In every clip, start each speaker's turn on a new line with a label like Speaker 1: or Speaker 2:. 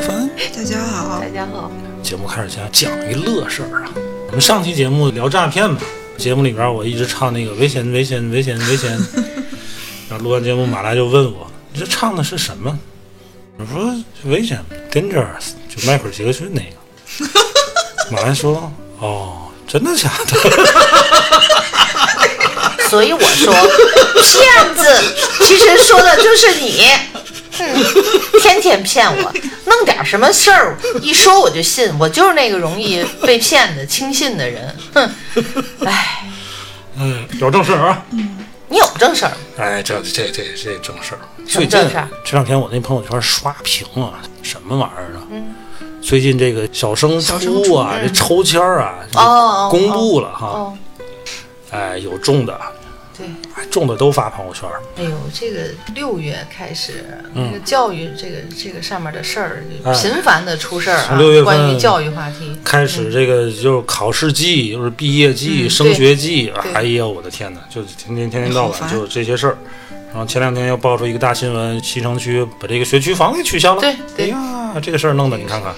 Speaker 1: 帆。
Speaker 2: 大家好。
Speaker 3: 家好。
Speaker 1: 节目开始前讲一乐事儿啊，我们上期节目聊诈骗嘛，节目里边我一直唱那个危险危险危险危险，然后录完节目马来就问我，你这唱的是什么？我说危险 dangerous，就迈克尔杰克逊那个。马来说，哦，真的假的？
Speaker 4: 所以我说， 骗子其实说的就是 你，嗯，天天骗我，弄点什么事儿一说我就信，我就是那个容易被骗的、轻信的人。哼，哎，
Speaker 1: 嗯，有正事儿啊。
Speaker 4: 你有正事儿吗？
Speaker 1: 哎，这这这这正事儿。最
Speaker 4: 什么
Speaker 1: 近
Speaker 4: 正事儿
Speaker 1: 这两天我那朋友圈刷屏啊，什么玩意儿的？啊
Speaker 4: 嗯
Speaker 1: 最近这个小升初啊，这抽签儿啊，
Speaker 4: 哦哦哦
Speaker 1: 公布了哈。
Speaker 4: 哦，
Speaker 1: 哎，有中的，
Speaker 4: 对，
Speaker 1: 哎中的都发朋友圈儿。
Speaker 4: 哎呦，这个六月开始，那个教育这个这个上面的事儿
Speaker 1: 嗯哎
Speaker 4: 就频繁的出事儿啊
Speaker 1: 从六月份，
Speaker 4: 关于教育话题。
Speaker 1: 开
Speaker 4: 嗯
Speaker 1: 始这个就是考试季，又是毕业季、升学季，哎呀，我的天哪，就是天天天天到
Speaker 2: 好
Speaker 1: 晚
Speaker 2: 烦
Speaker 1: 就这些事儿。然后前两天又爆出一个大新闻，西城区把这个学区房给取消了。
Speaker 4: 对对
Speaker 1: 哎呀，这个事儿弄得你看看，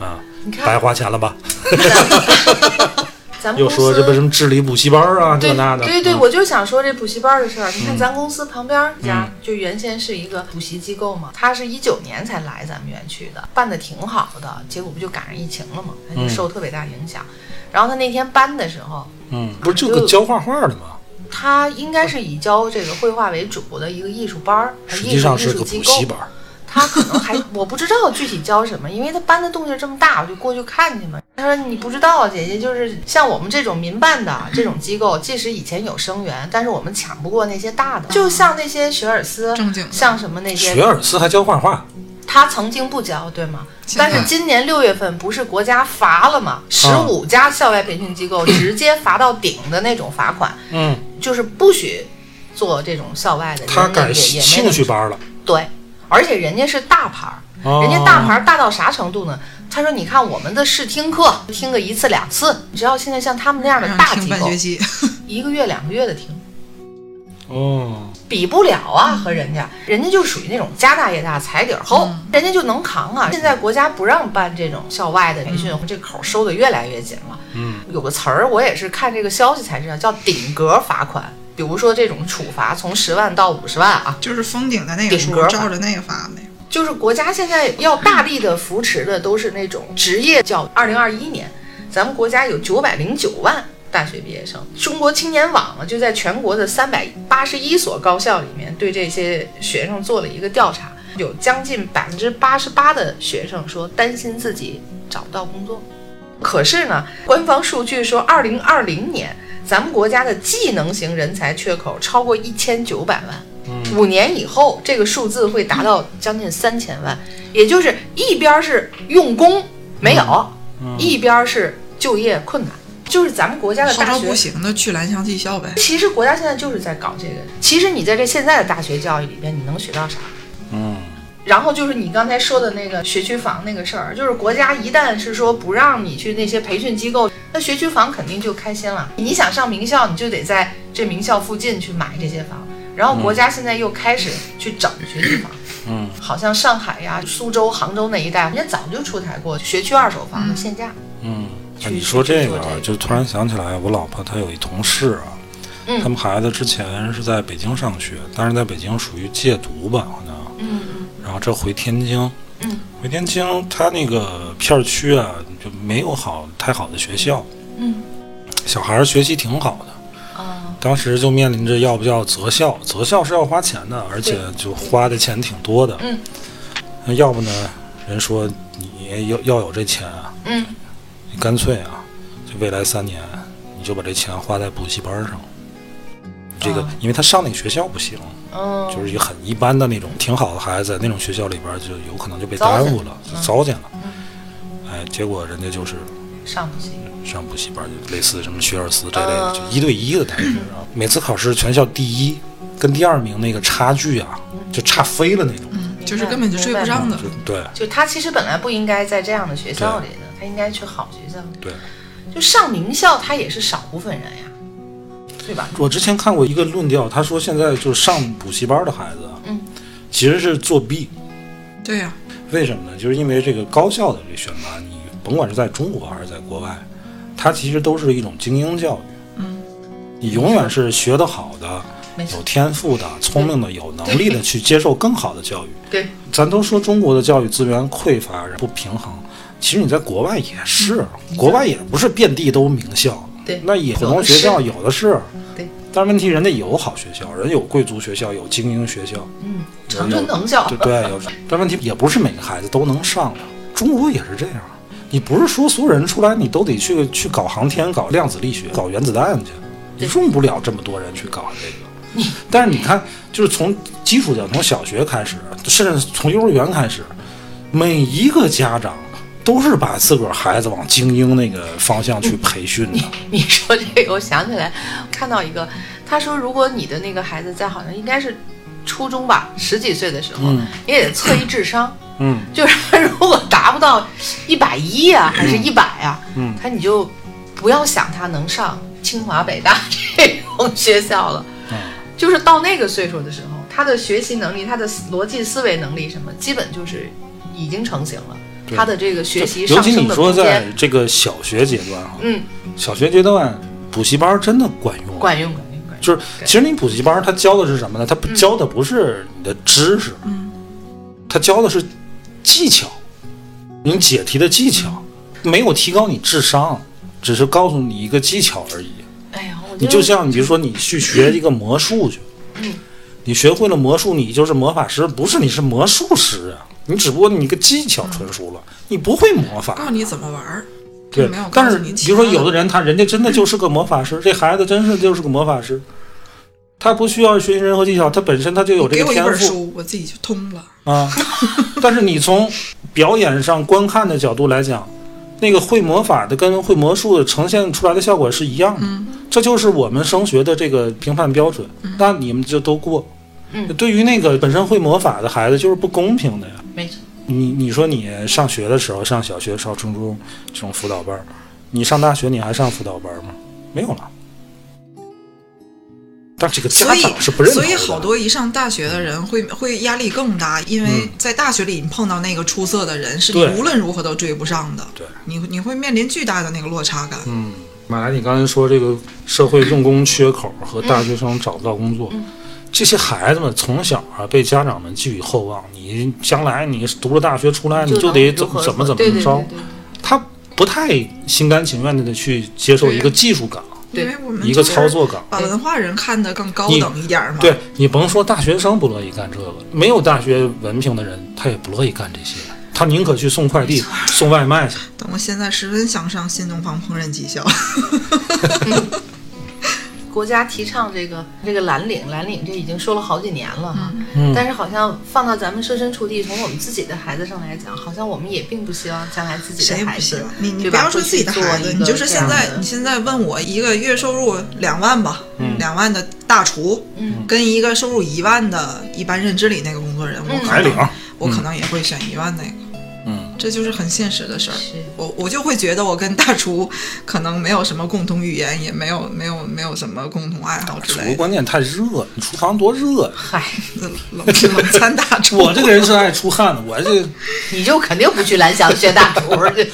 Speaker 1: 啊，
Speaker 4: 你看
Speaker 1: 白花钱了吧？
Speaker 4: 咱们
Speaker 1: 又
Speaker 4: 啊公司
Speaker 1: 说这不什么治理补习班儿啊，这
Speaker 4: 对
Speaker 1: 那的。
Speaker 4: 对对，
Speaker 1: 嗯
Speaker 4: 我就想说这补习班的事儿。你看咱公司旁边儿
Speaker 1: 嗯
Speaker 4: 家，就原先是一个补习机构嘛，他是一九年才来咱们园区的，办的挺好的，结果不就赶上疫情了嘛，他就受特别大影响。然后他那天搬的时候，
Speaker 1: 嗯，不是就个教画画的吗？
Speaker 4: 他应该是以教这个绘画为主的一个艺术班儿，
Speaker 1: 实
Speaker 4: 艺
Speaker 1: 际
Speaker 4: 术
Speaker 1: 上
Speaker 4: 艺
Speaker 1: 是
Speaker 4: 术
Speaker 1: 个
Speaker 4: 机
Speaker 1: 补
Speaker 4: 构
Speaker 1: 习。班儿。
Speaker 4: 他可能还我不知道具体教什么，因为他搬的动静这么大，我就过去看去嘛。他说你不知道啊，姐姐就是像我们这种民办的啊这种机构，即使以前有生源，但是我们抢不过那些大的，就像那些学而思，
Speaker 2: 嗯正经的
Speaker 4: 像什么那
Speaker 1: 学
Speaker 4: 些，
Speaker 1: 而思还教画画，
Speaker 4: 他曾经不教，对吗？
Speaker 2: 现在
Speaker 4: 但是今年六月份不是国家罚了吗？十
Speaker 1: 嗯
Speaker 4: 五家校外培训机构直接罚到顶的那种罚款，
Speaker 1: 嗯，
Speaker 4: 就是不许做这种校外的，
Speaker 1: 他
Speaker 4: 人家
Speaker 1: 改
Speaker 4: 也也没
Speaker 1: 兴
Speaker 4: 能
Speaker 1: 趣班儿了。
Speaker 4: 对，而且人家是大牌儿，
Speaker 1: 哦
Speaker 4: 人家大牌儿大到啥程度呢？他说：“你看我们的试听课，听个一次两次，你知道现在像他们这样的
Speaker 2: 让
Speaker 4: 大
Speaker 2: 人听
Speaker 4: 机
Speaker 2: 半
Speaker 4: 构
Speaker 2: 学，期，
Speaker 4: 一个月、两个月的听，
Speaker 1: 哦，
Speaker 4: 比不了啊，和人家，人家就属于那种家大业大，踩底儿厚，
Speaker 2: 嗯
Speaker 4: 人家就能扛啊。现在国家不让办这种校外的培训，
Speaker 2: 嗯
Speaker 4: 这口收的越来越紧了。
Speaker 1: 嗯，
Speaker 4: 有个词儿，我也是看这个消息才知道，叫顶格罚款。”比如说这种处罚从十万到五十万啊，
Speaker 2: 就是封顶的那个
Speaker 4: 顶
Speaker 2: 数
Speaker 4: 格，吧
Speaker 2: 照着那个发呗。
Speaker 4: 就是国家现在要大力的扶持的都是那种职业教育。二零二一年，咱们国家有九百零九万大学毕业生。中国青年网呢，就在全国的三百八十一所高校里面，对这些学生做了一个调查，有将近百分之八十八的学生说担心自己找不到工作。可是呢，官方数据说，二零二零年咱们国家的技能型人才缺口超过一千九百万。五年以后，这个数字会达到将近三千万，也就是一边儿是用工没有，一边儿是就业困难，就是咱们国家的
Speaker 2: 号
Speaker 4: 大
Speaker 2: 召
Speaker 4: 学
Speaker 2: 不行的去蓝翔技校呗。
Speaker 4: 其实国家现在就是在搞这个。其实你在这现在的大学教育里边，你能学到啥？
Speaker 1: 嗯。
Speaker 4: 然后就是你刚才说的那个学区房那个事儿，就是国家一旦是说不让你去那些培训机构，那学区房肯定就开心了。你想上名校，你就得在这名校附近去买这些房。然后国家现在又开始去整学区房，
Speaker 1: 嗯，
Speaker 4: 好像上海呀、苏州、杭州那一带，人家早就出台过学区二手房的限价。
Speaker 1: 嗯，哎
Speaker 4: 去
Speaker 1: 你说这个
Speaker 4: 去
Speaker 1: 啊
Speaker 4: 做这，个
Speaker 1: 就突然想起来，我老婆她有一同事啊，
Speaker 4: 嗯
Speaker 1: 他们孩子之前是在北京上学，但是在北京属于戒毒吧，好像，
Speaker 4: 嗯
Speaker 1: 然后这回天津，
Speaker 4: 嗯，
Speaker 1: 回天津，他那个片儿区啊，就没有好太好的学校，
Speaker 4: 嗯，
Speaker 1: 小孩儿学习挺好的。
Speaker 4: 啊，
Speaker 1: 当时就面临着要不要择校，择校是要花钱的，而且就花的钱挺多的。
Speaker 4: 嗯，
Speaker 1: 那要不呢，人说你要要有这钱啊，
Speaker 4: 嗯，
Speaker 1: 你干脆啊，就未来三年你就把这钱花在补习班上。这
Speaker 4: 啊
Speaker 1: 个，因为他上那个学校不行，
Speaker 4: 嗯，
Speaker 1: 就是一个很一般的那种挺好的孩子，那种学校里边就有可能就被
Speaker 4: 糟
Speaker 1: 耽
Speaker 4: 践嗯
Speaker 1: 误了，就糟践了。哎，结果人家就是
Speaker 4: 上不去。
Speaker 1: 上补习班，就类似什么学而思这类
Speaker 4: 啊
Speaker 1: 的，就一对一的谈事 啊。每次考试全校第一，跟第二名那个差距啊，就差飞了那种。
Speaker 4: 白
Speaker 2: 就是根本就追不上的
Speaker 1: 就。对
Speaker 4: 就他其实本来不应该在这样的学校里的，他应该去好学校。
Speaker 1: 对，
Speaker 4: 就上名校，他也是少部分人呀，对吧？
Speaker 1: 我之前看过一个论调，他说现在就上补习班的孩子，啊
Speaker 4: 嗯，
Speaker 1: 其实是作弊。
Speaker 2: 对呀、
Speaker 1: 为什么呢？就是因为这个高校的这选拔，啊你甭管是在中国还是在国外，它其实都是一种精英教育。嗯，你永远是学得好的、
Speaker 4: 没错
Speaker 1: 有天赋的、聪明的、有能力的去接受更好的教育。
Speaker 4: 对，
Speaker 1: 咱都说中国的教育资源匮乏、不平衡，其实你在国外也是，国外也不是遍地都名校，
Speaker 4: 嗯对
Speaker 1: 那也普通学校有的是。
Speaker 4: 对，
Speaker 1: 但是问题人家有好学校，人家有贵族学校，有精英学校，
Speaker 4: 嗯，长春藤校
Speaker 1: 对，对，有。但问题也不是每个孩子都能上的，中国也是这样。啊你不是说所有人出来你都得去去搞航天、搞量子力学、搞原子弹去，你用不了这么多人去搞这个。 但是你看，就是从基础讲，从小学开始，甚至从幼儿园开始，每一个家长都是把自个儿孩子往精英那个方向去培训的。
Speaker 4: 你说这个，我想起来看到一个，他说如果你的那个孩子在好像应该是初中吧，十几岁的时候，
Speaker 1: 嗯
Speaker 4: 你也得测一智商，
Speaker 1: 嗯，
Speaker 4: 就是如果达不到一百一啊，还是一百啊，
Speaker 1: 嗯，
Speaker 4: 他你就不要想他能上清华北大这种学校了，
Speaker 1: 嗯
Speaker 4: 就是到那个岁数的时候，他的学习能力、他的思逻辑思维能力什么，基本就是已经成型了，
Speaker 1: 对
Speaker 4: 他的这个学习
Speaker 1: 尤
Speaker 4: 上
Speaker 1: 其
Speaker 4: 升
Speaker 1: 你
Speaker 4: 的
Speaker 1: 说
Speaker 4: 空
Speaker 1: 在
Speaker 4: 间，
Speaker 1: 这个小学阶段哈，
Speaker 4: 嗯，
Speaker 1: 小学阶段补习班真的管用。
Speaker 4: 管用管用管用，
Speaker 1: 就是
Speaker 4: 对嗯
Speaker 1: 其实你补习班他教的是什么呢？他不教的不是你的知识，
Speaker 2: 嗯
Speaker 1: 他教的是技巧，你解题的技巧，没有提高你智商，只是告诉你一个技巧而已。
Speaker 4: 哎呀，我觉
Speaker 1: 你
Speaker 4: 得嗯
Speaker 1: 就像你比如说你去学一个魔术去，你学会了魔术，你就是魔法师，不是你是魔术师啊。你只不过你个技巧纯熟了，你不会魔法。
Speaker 2: 告诉你怎么玩儿，
Speaker 1: 对
Speaker 2: 就没有，告
Speaker 1: 但
Speaker 2: 诉
Speaker 1: 是
Speaker 2: 你
Speaker 1: 比
Speaker 2: 其
Speaker 1: 如
Speaker 2: 他
Speaker 1: 说有的人，他人家真的就是个魔法师，这孩子真是就是个魔法师，他不需要学习任何技巧，他本身他就有这
Speaker 2: 给
Speaker 1: 个
Speaker 2: 我一
Speaker 1: 天
Speaker 2: 本
Speaker 1: 赋
Speaker 2: 书，我自己就通了。
Speaker 1: 啊。但是你从表演上观看的角度来讲，那个会魔法的跟会魔术的呈现出来的效果是一样的，
Speaker 2: 嗯
Speaker 1: 这就是我们升学的这个评判标准。那你们就都过。
Speaker 4: 嗯
Speaker 1: 对于那个本身会魔法的孩子，就是不公平的呀。
Speaker 4: 没错。
Speaker 1: 你你说你上学的时候上小学、上初中这种辅导班儿，你上大学你还上辅导班儿吗？没有了。但这个家
Speaker 2: 所以
Speaker 1: 长是不认同
Speaker 2: 所
Speaker 1: 的。
Speaker 2: 以好多一上大学的人会会压力更大，因为在大学里你碰到那个出色的人，是你
Speaker 1: 对
Speaker 2: 无论如何都追不上的。
Speaker 1: 对，
Speaker 2: 你你会面临巨大的那个落差感。
Speaker 1: 嗯，马来，你刚才说这个社会用工缺口和大
Speaker 4: 嗯
Speaker 1: 学生找不到工作，这些孩子们从小啊被家长们寄予厚望，你将来你读了大学出来，你就得怎么怎么怎
Speaker 4: 对
Speaker 1: 么
Speaker 4: 对
Speaker 1: 着
Speaker 4: 对，
Speaker 1: 他不太心甘情愿的去接受一个技术岗、
Speaker 4: 对啊
Speaker 2: 因为我们
Speaker 1: 一个
Speaker 2: 就是
Speaker 1: 操作岗。
Speaker 2: 把文化人看得更高
Speaker 1: 你
Speaker 2: 等一点儿嘛。
Speaker 1: 对你甭说大学生不乐意干这个，没有大学文凭的人，他也不乐意干这些，他宁可去送快递、送外卖去。
Speaker 2: 等我现在十分想上新东方烹饪技校，
Speaker 4: 对国家提倡这个这个蓝领，蓝领这已经说了好几年了哈，
Speaker 1: 嗯
Speaker 4: 但是好像放到咱们设身处地，从我们自己的孩子上来讲，好像我们也并不希望将来自己
Speaker 2: 谁
Speaker 4: 的
Speaker 2: 也
Speaker 4: 孩
Speaker 2: 不希
Speaker 4: 子
Speaker 2: 望，你你
Speaker 4: 对
Speaker 2: 不
Speaker 4: 吧
Speaker 2: 要说自己的孩
Speaker 4: 会去做
Speaker 2: 子，
Speaker 4: 一
Speaker 2: 你
Speaker 4: 个
Speaker 2: 就是现在你现在问我一个月收入两万吧，
Speaker 1: 嗯
Speaker 2: 两万的大厨，
Speaker 4: 嗯
Speaker 2: 跟一个收入一万的一般认知里那个工作人，我
Speaker 4: 嗯
Speaker 2: 可
Speaker 1: 白领
Speaker 2: 能，我可能也会选一万那个，
Speaker 1: 嗯，
Speaker 2: 这就是很现实的事儿。
Speaker 4: 是
Speaker 2: 我我就会觉得我跟大厨可能没有什么共同语言，也没有没有没有什么共同爱好之
Speaker 1: 主
Speaker 2: 类的。
Speaker 1: 关键太热，你厨房多热 呀！
Speaker 4: 嗨，
Speaker 2: 冷冷餐大厨，
Speaker 1: 我这个人是爱出汗的，我这
Speaker 4: 你就肯定不去蓝翔学大厨，这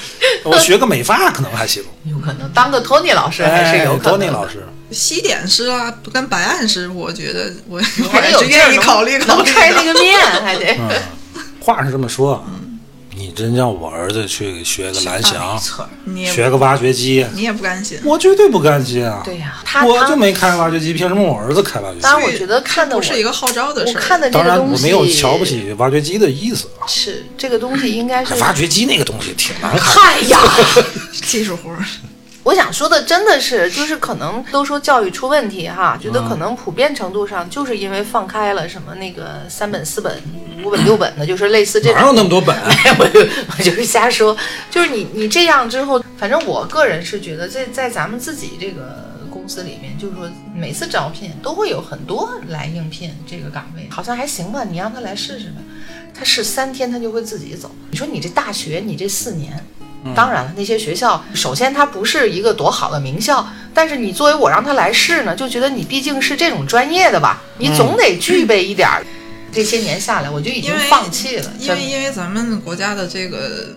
Speaker 1: 我学个美发可能还行，
Speaker 4: 有可能当个托尼老师还是有可能的。
Speaker 1: 那哎老师，
Speaker 2: 西点师啊，跟白案师，我觉得我我
Speaker 4: 还
Speaker 2: 也
Speaker 4: 有
Speaker 2: 是
Speaker 4: 劲儿
Speaker 2: 愿意考虑
Speaker 4: 能
Speaker 2: 考
Speaker 4: 能
Speaker 2: 虑
Speaker 4: 开那
Speaker 2: 的。
Speaker 4: 个面，还得
Speaker 1: 嗯，话是这么说啊，
Speaker 4: 嗯
Speaker 1: 你真让我儿子去学个蓝翔
Speaker 4: 没，错儿，
Speaker 2: 你也
Speaker 1: 学个挖掘机，
Speaker 2: 你也不甘心，
Speaker 1: 我绝对不甘心啊！
Speaker 4: 对呀，他
Speaker 1: 我
Speaker 4: 他
Speaker 1: 就没开挖掘机，凭什么我儿子开挖掘机
Speaker 4: 当？然我觉得看的
Speaker 2: 不是一
Speaker 4: 个
Speaker 2: 个号召的
Speaker 4: 我
Speaker 2: 事儿。啊
Speaker 4: 看的这
Speaker 1: 当
Speaker 4: 个
Speaker 1: 然，
Speaker 4: 东
Speaker 1: 我
Speaker 4: 西
Speaker 1: 没有瞧不起挖掘机的意思啊。
Speaker 4: 是这个东西应该是
Speaker 1: 挖掘机那个东西挺难开的，
Speaker 4: 嗨呀，
Speaker 2: 技术活儿，
Speaker 4: 我想说的真的是，就是可能都说教育出问题哈，觉得可能普遍程度上就是因为放开了什么那个三本四本五本六本的，就是类似这
Speaker 1: 哪
Speaker 4: 种。
Speaker 1: 有那么多本？
Speaker 4: 我就我就是瞎说，就是你你这样之后，反正我个人是觉得在在咱们自己这个公司里面，就是说每次招聘都会有很多来应聘这个岗位，好像还行吧，你让他来试试吧，他试三天他就会自己走。你说你这大学你这四年。当然了，那些学校首先它不是一个多好的名校，但是你作为我让他来试呢，就觉得你毕竟是这种专业的吧，你总得具备一点儿。这些年下来，我就已经
Speaker 2: 因为
Speaker 4: 放弃了，
Speaker 2: 因
Speaker 4: 真的
Speaker 2: 为因为咱们国家的这个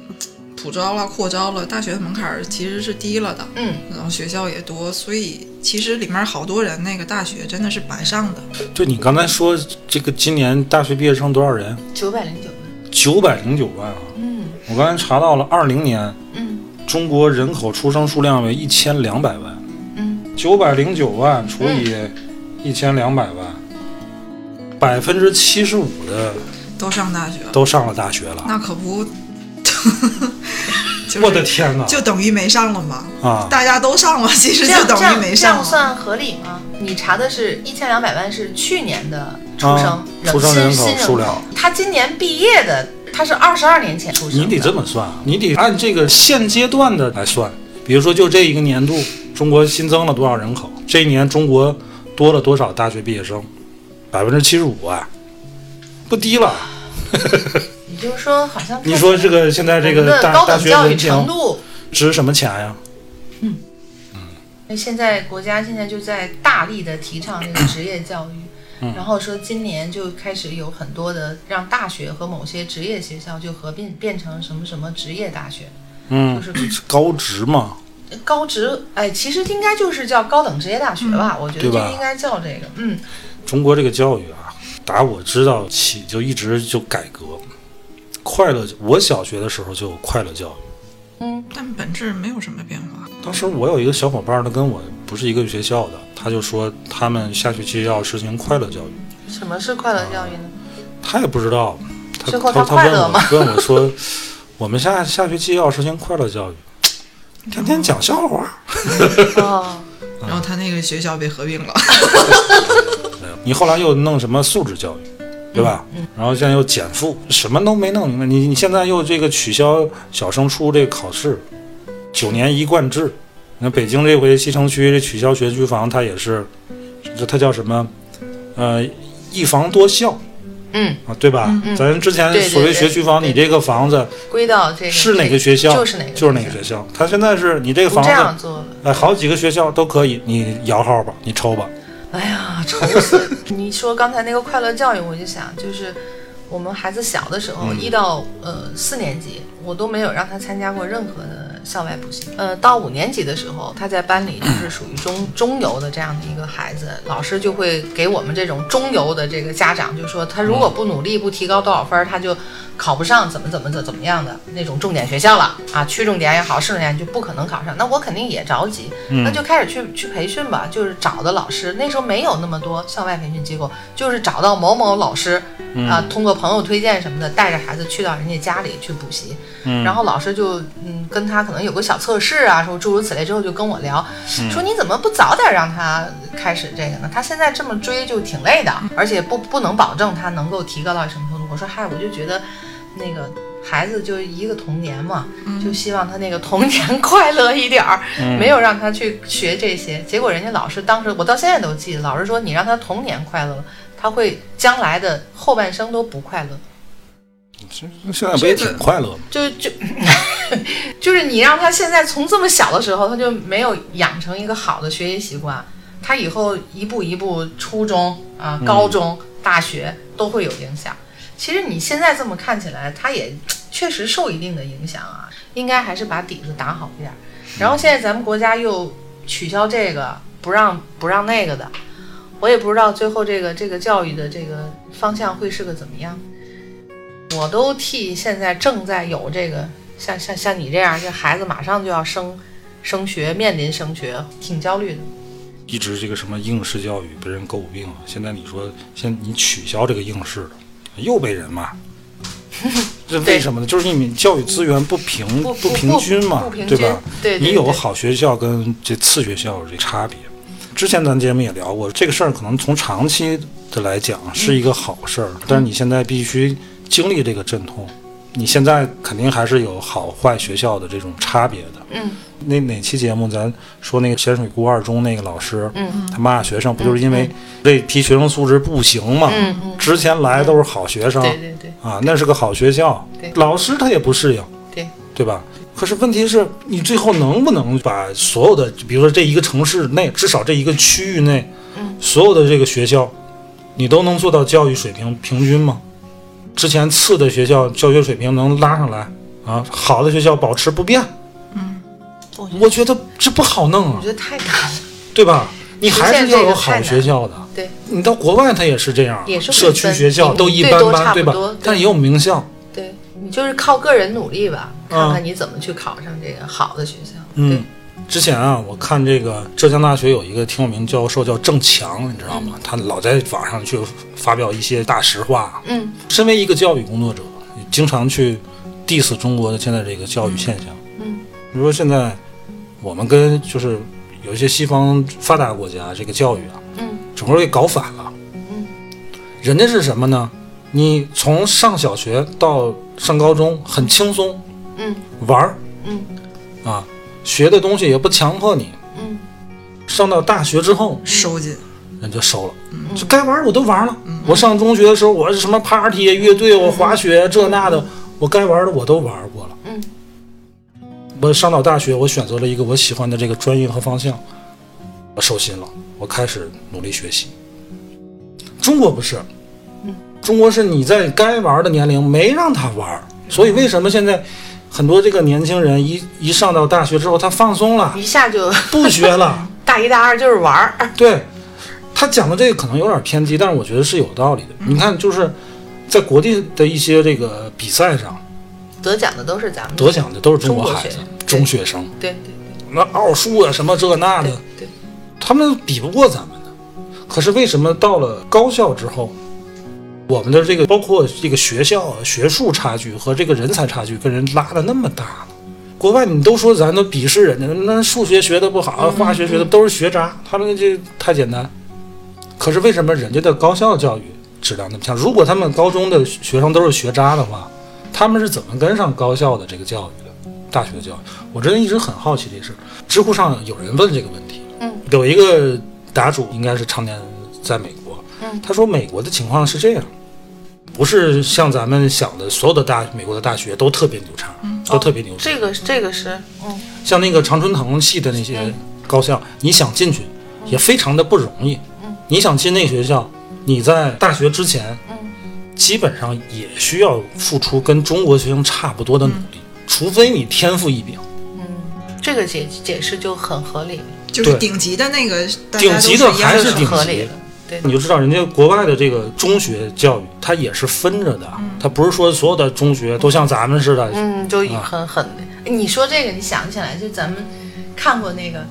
Speaker 2: 普招了、扩招了，大学的门槛儿其实是低了的，
Speaker 4: 嗯。
Speaker 2: 然后学校也多，所以其实里面好多人那个大学真的是白上的。
Speaker 1: 就你刚才说这个今年大学毕业生多少人？
Speaker 4: 九百零九万。
Speaker 1: 九百零九万啊！
Speaker 4: 嗯
Speaker 1: 我刚才查到了，二零年
Speaker 4: 嗯
Speaker 1: 中国人口出生数量为一千两百万，
Speaker 4: 嗯，
Speaker 1: 九百零九万除以
Speaker 2: 嗯
Speaker 1: 一千两百万，百分之七十五的
Speaker 2: 都上大学了，
Speaker 1: 都上了大学了。
Speaker 2: 那可不， 就是、
Speaker 1: 我的天哪！
Speaker 2: 就等于没上了嘛。
Speaker 1: 啊，
Speaker 2: 大家都上了，其实就等于没
Speaker 4: 这样
Speaker 2: 上了。
Speaker 4: 算合理吗？你查的是一千两百万是去年的出生
Speaker 1: 啊出生人口
Speaker 4: 新新
Speaker 1: 数量，
Speaker 4: 他今年毕业的，他是二十二年前出生
Speaker 1: 你
Speaker 4: 的。
Speaker 1: 得这么算，啊，你得按这个现阶段的来算。比如说，就这一个年度，中国新增了多少人口？这一年中国多了多少大学毕业生？百分之七十五啊，不低了。
Speaker 4: 你就是说好像看起
Speaker 1: 你
Speaker 4: 来
Speaker 1: 说这个现在这
Speaker 4: 我们
Speaker 1: 个
Speaker 4: 的
Speaker 1: 大
Speaker 4: 高
Speaker 1: 大
Speaker 4: 等
Speaker 1: 学
Speaker 4: 教育
Speaker 1: 文
Speaker 4: 程
Speaker 1: 凭
Speaker 4: 度，
Speaker 1: 值什么钱呀？
Speaker 4: 那现在国家现在就在大力的提倡这个职业教育。
Speaker 1: 嗯
Speaker 4: 然后说，今年就开始有很多的让大学和某些职业学校就合并变成什么什么职业大学，
Speaker 1: 嗯
Speaker 4: 就，是
Speaker 1: 高职嘛，
Speaker 4: 高职，哎，其实应该就是叫高等职业大学吧，我觉
Speaker 1: 嗯
Speaker 4: 得
Speaker 1: 对吧
Speaker 4: 就应该叫这个，嗯，
Speaker 1: 中国这个教育啊，打我知道起就一直就改革，快乐。我小学的时候就有快乐教育。
Speaker 2: 但本质没有什么变化。
Speaker 1: 当时我有一个小伙伴，他跟我不是一个学校的，他就说他们下学期要实行快乐教育，
Speaker 4: 什么是快乐教育呢？
Speaker 1: 他也不知道，他
Speaker 4: 最后
Speaker 1: 他
Speaker 4: 他快
Speaker 1: 问
Speaker 4: 乐
Speaker 1: 我 问我说，我们下下学期要实行快乐教育，天天讲笑话，
Speaker 4: 哦，
Speaker 2: 然后他那个学校被合并了，
Speaker 1: 嗯你后来又弄什么素质教育，对吧？
Speaker 4: 嗯
Speaker 1: 然后现在又减负，什么都没弄明白，你你现在又这个取消小升初这个考试，九年一贯制，那北京这回西城区这取消学区房，它也是，这它叫什么？呃，一房多校。
Speaker 4: 嗯，
Speaker 1: 啊，对吧？咱之前
Speaker 4: 对对
Speaker 1: 所谓
Speaker 4: 对
Speaker 1: 学区房，
Speaker 4: 对
Speaker 1: 你这个房子
Speaker 4: 归到这个
Speaker 1: 是哪个学校，
Speaker 4: 就是哪个，
Speaker 1: 就是哪个学校。他现在是你这个
Speaker 4: 不
Speaker 1: 房
Speaker 4: 这样
Speaker 1: 子，
Speaker 4: 做了，
Speaker 1: 哎，好几个学校都可以，你摇号吧，你抽吧。
Speaker 4: 哎呀，愁死！ 你说刚才那个快乐教育，我就想，就是我们孩子小的时候，一到呃四年级，我都没有让他参加过任何的校外补习。呃，到五年级的时候，他在班里就是属于中 中游的这样的一个孩子，老师就会给我们这种中游的这个家长就说，他如果不努力，不提高多少分儿，他就考不上怎么怎么怎怎么样的那种重点学校了啊，区重点也好，市重点就不可能考上。那我肯定也着急，那就开始去去培训吧，就是找的老师。那时候没有那么多校外培训机构，就是找到某某老师啊，通过朋友推荐什么的，带着孩子去到人家家里去补习。然后老师就嗯跟他可能有个小测试啊，说诸如此类之后就跟我聊，说你怎么不早点让他开始这个呢？他现在这么追就挺累的，而且不不能保证他能够提高到什么程度。我说嗨，我就觉得那个孩子就一个童年嘛，就希望他那个童年 快乐一点儿，没有让他去学这些。结果人家老师当时我到现在都记得，老师说你让他童年快乐，他会将来的后半生都不快乐。
Speaker 1: 现在不也 挺快乐吗？
Speaker 4: 就就 就是你让他现在从这么小的时候，他就没有养成一个好的学习习惯，他以后一步一步初中啊、高中、大学都会有影响。其实你现在这么看起来，他也确实受一定的影响啊，应该还是把底子打好一点儿。然后现在咱们国家又取消这个，不让不让那个的，我也不知道最后这个这个教育的这个方向会是个怎么样。我都替现在正在有这个像像像你这样，这孩子马上就要升升学，面临升学，挺焦虑的。
Speaker 1: 一直这个什么应试教育被人诟病 啊，现在你说现在你取消这个应试了，又被人骂。这为什么呢？就是因为教育资源不平
Speaker 4: 不不
Speaker 1: 平均嘛
Speaker 4: 不不平，均
Speaker 1: 对吧？
Speaker 4: 对对对
Speaker 1: 你有好学校跟这次学校这差别。之前咱节目也聊过，这个事儿可能从长期的来讲是一个好事儿，但是你现在必须经历这个阵痛，你现在肯定还是有好坏学校的这种差别的。
Speaker 4: 嗯，
Speaker 1: 那哪期节目咱说那个咸水沽二中那个老师，嗯，他骂学生不就是因为这批学生素质不行嘛？
Speaker 4: 嗯嗯
Speaker 1: 之前来都是好学生，
Speaker 4: 对对对
Speaker 1: 啊，那是个好学校
Speaker 4: 对，
Speaker 1: 老师他也不适应，
Speaker 4: 对
Speaker 1: 对吧？可是问题是你最后能不能把所有的，比如说这一个城市内，至少这一个区域内，
Speaker 4: 嗯
Speaker 1: 所有的这个学校，你都能做到教育水平平均吗？之前次的学校教学水平能拉上来啊，好的学校保持不变，
Speaker 4: 嗯我
Speaker 1: 我觉得这不好弄啊
Speaker 4: 我觉，得太难了。
Speaker 1: 对吧？你还
Speaker 4: 实现
Speaker 1: 是要
Speaker 4: 这个
Speaker 1: 有
Speaker 4: 太
Speaker 1: 好
Speaker 4: 难
Speaker 1: 学校的，
Speaker 4: 对，
Speaker 1: 你到国外它也是这样，
Speaker 4: 也是
Speaker 1: 社区
Speaker 4: 分
Speaker 1: 学校
Speaker 4: 嗯
Speaker 1: 都一
Speaker 4: 对
Speaker 1: 般
Speaker 4: 都
Speaker 1: 般，
Speaker 4: 差
Speaker 1: 对
Speaker 4: 不
Speaker 1: 吧
Speaker 4: 多对？
Speaker 1: 但也有名校，
Speaker 4: 对你就是靠个人努力吧，
Speaker 1: 嗯
Speaker 4: 看看你怎么去考上这个好的学校。
Speaker 1: 嗯，之前啊，我看这个浙江大学有一个挺有名教授叫郑强，你知道吗？
Speaker 4: 嗯
Speaker 1: 他老在网上去发表一些大实话。
Speaker 4: 嗯，
Speaker 1: 身为一个教育工作者，也经常去 diss 中国的现在这个教育现象。
Speaker 4: 嗯，
Speaker 1: 比如说现在我们跟就是有一些西方发达国家这个教育啊，
Speaker 4: 嗯，
Speaker 1: 整个给搞反了。
Speaker 4: 嗯，
Speaker 1: 人家是什么呢？你从上小学到上高中很轻松，
Speaker 4: 嗯，
Speaker 1: 玩儿，
Speaker 4: 嗯，
Speaker 1: 啊，学的东西也不强迫你，
Speaker 4: 嗯，
Speaker 1: 上到大学之后
Speaker 2: 收紧，
Speaker 1: 人就收了，就该玩儿我都玩儿了。我上中学的时候，我是什么 party 啊乐队，我滑雪啊这那的，我该玩儿的我都玩儿过了。
Speaker 4: 嗯，
Speaker 1: 我上到大学，我选择了一个我喜欢的这个专业和方向，我收心了，我开始努力学习。中国不是，中国是你在该玩儿的年龄没让他玩儿，所以为什么现在很多这个年轻人一一上到大学之后，他放松了，
Speaker 4: 一下就
Speaker 1: 不学了。
Speaker 4: 大一大二就是玩儿，
Speaker 1: 对他讲的这个可能有点偏激，但是我觉得是有道理的。你看，就是在国际的一些这个比赛上
Speaker 4: 得奖的都是咱们
Speaker 1: 得奖的都是中国
Speaker 4: 中国
Speaker 1: 孩子
Speaker 4: 学生、对
Speaker 1: 中学生，
Speaker 4: 对对
Speaker 1: 那奥数啊什么这那
Speaker 4: 对
Speaker 1: 的，
Speaker 4: 对
Speaker 1: 他们比不过咱们的。可是为什么到了高校之后，我们的这个包括这个学校啊学术差距和这个人才差距跟人拉的那么大呢？国外你都说咱都鄙视人家，那数学学的不
Speaker 4: 嗯
Speaker 1: 好，化学学的都是学渣，他们这太简单。可是为什么人家的高校教育质量那么强？如果他们高中的学生都是学渣的话，他们是怎么跟上高校的这个教育的？大学教育，我真的一直很好奇这事儿。知乎上有人问这个问题，
Speaker 4: 嗯，
Speaker 1: 有一个答主应该是常年在美国，
Speaker 4: 嗯，
Speaker 1: 他说美国的情况是这样，不是像咱们想的所有的大美国的大学都特别牛叉，都特别牛叉。
Speaker 4: 嗯哦这个这个是嗯
Speaker 1: 像那个常春藤系的那些高校，你想进去也非常的不容易。你想进那个学校，你在大学之前，基本上也需要付出跟中国学生差不多的努力，除非你天赋异禀。
Speaker 4: 这个解解释就很合理了，
Speaker 2: 就是
Speaker 1: 对
Speaker 2: 顶级的那个，大家
Speaker 1: 顶
Speaker 2: 都
Speaker 1: 级
Speaker 2: 是
Speaker 1: 的
Speaker 2: 一样
Speaker 1: 还是
Speaker 4: 是
Speaker 1: 顶
Speaker 4: 合
Speaker 1: 级
Speaker 4: 理
Speaker 1: 的
Speaker 4: 的。对
Speaker 1: 你就知道人家国外的这个中学教育，它也是分着的，它不是说所有的中学都像咱们似的。
Speaker 4: 嗯，就
Speaker 1: 啊
Speaker 4: 很很。你说这个，你想不起来，就咱们看过那个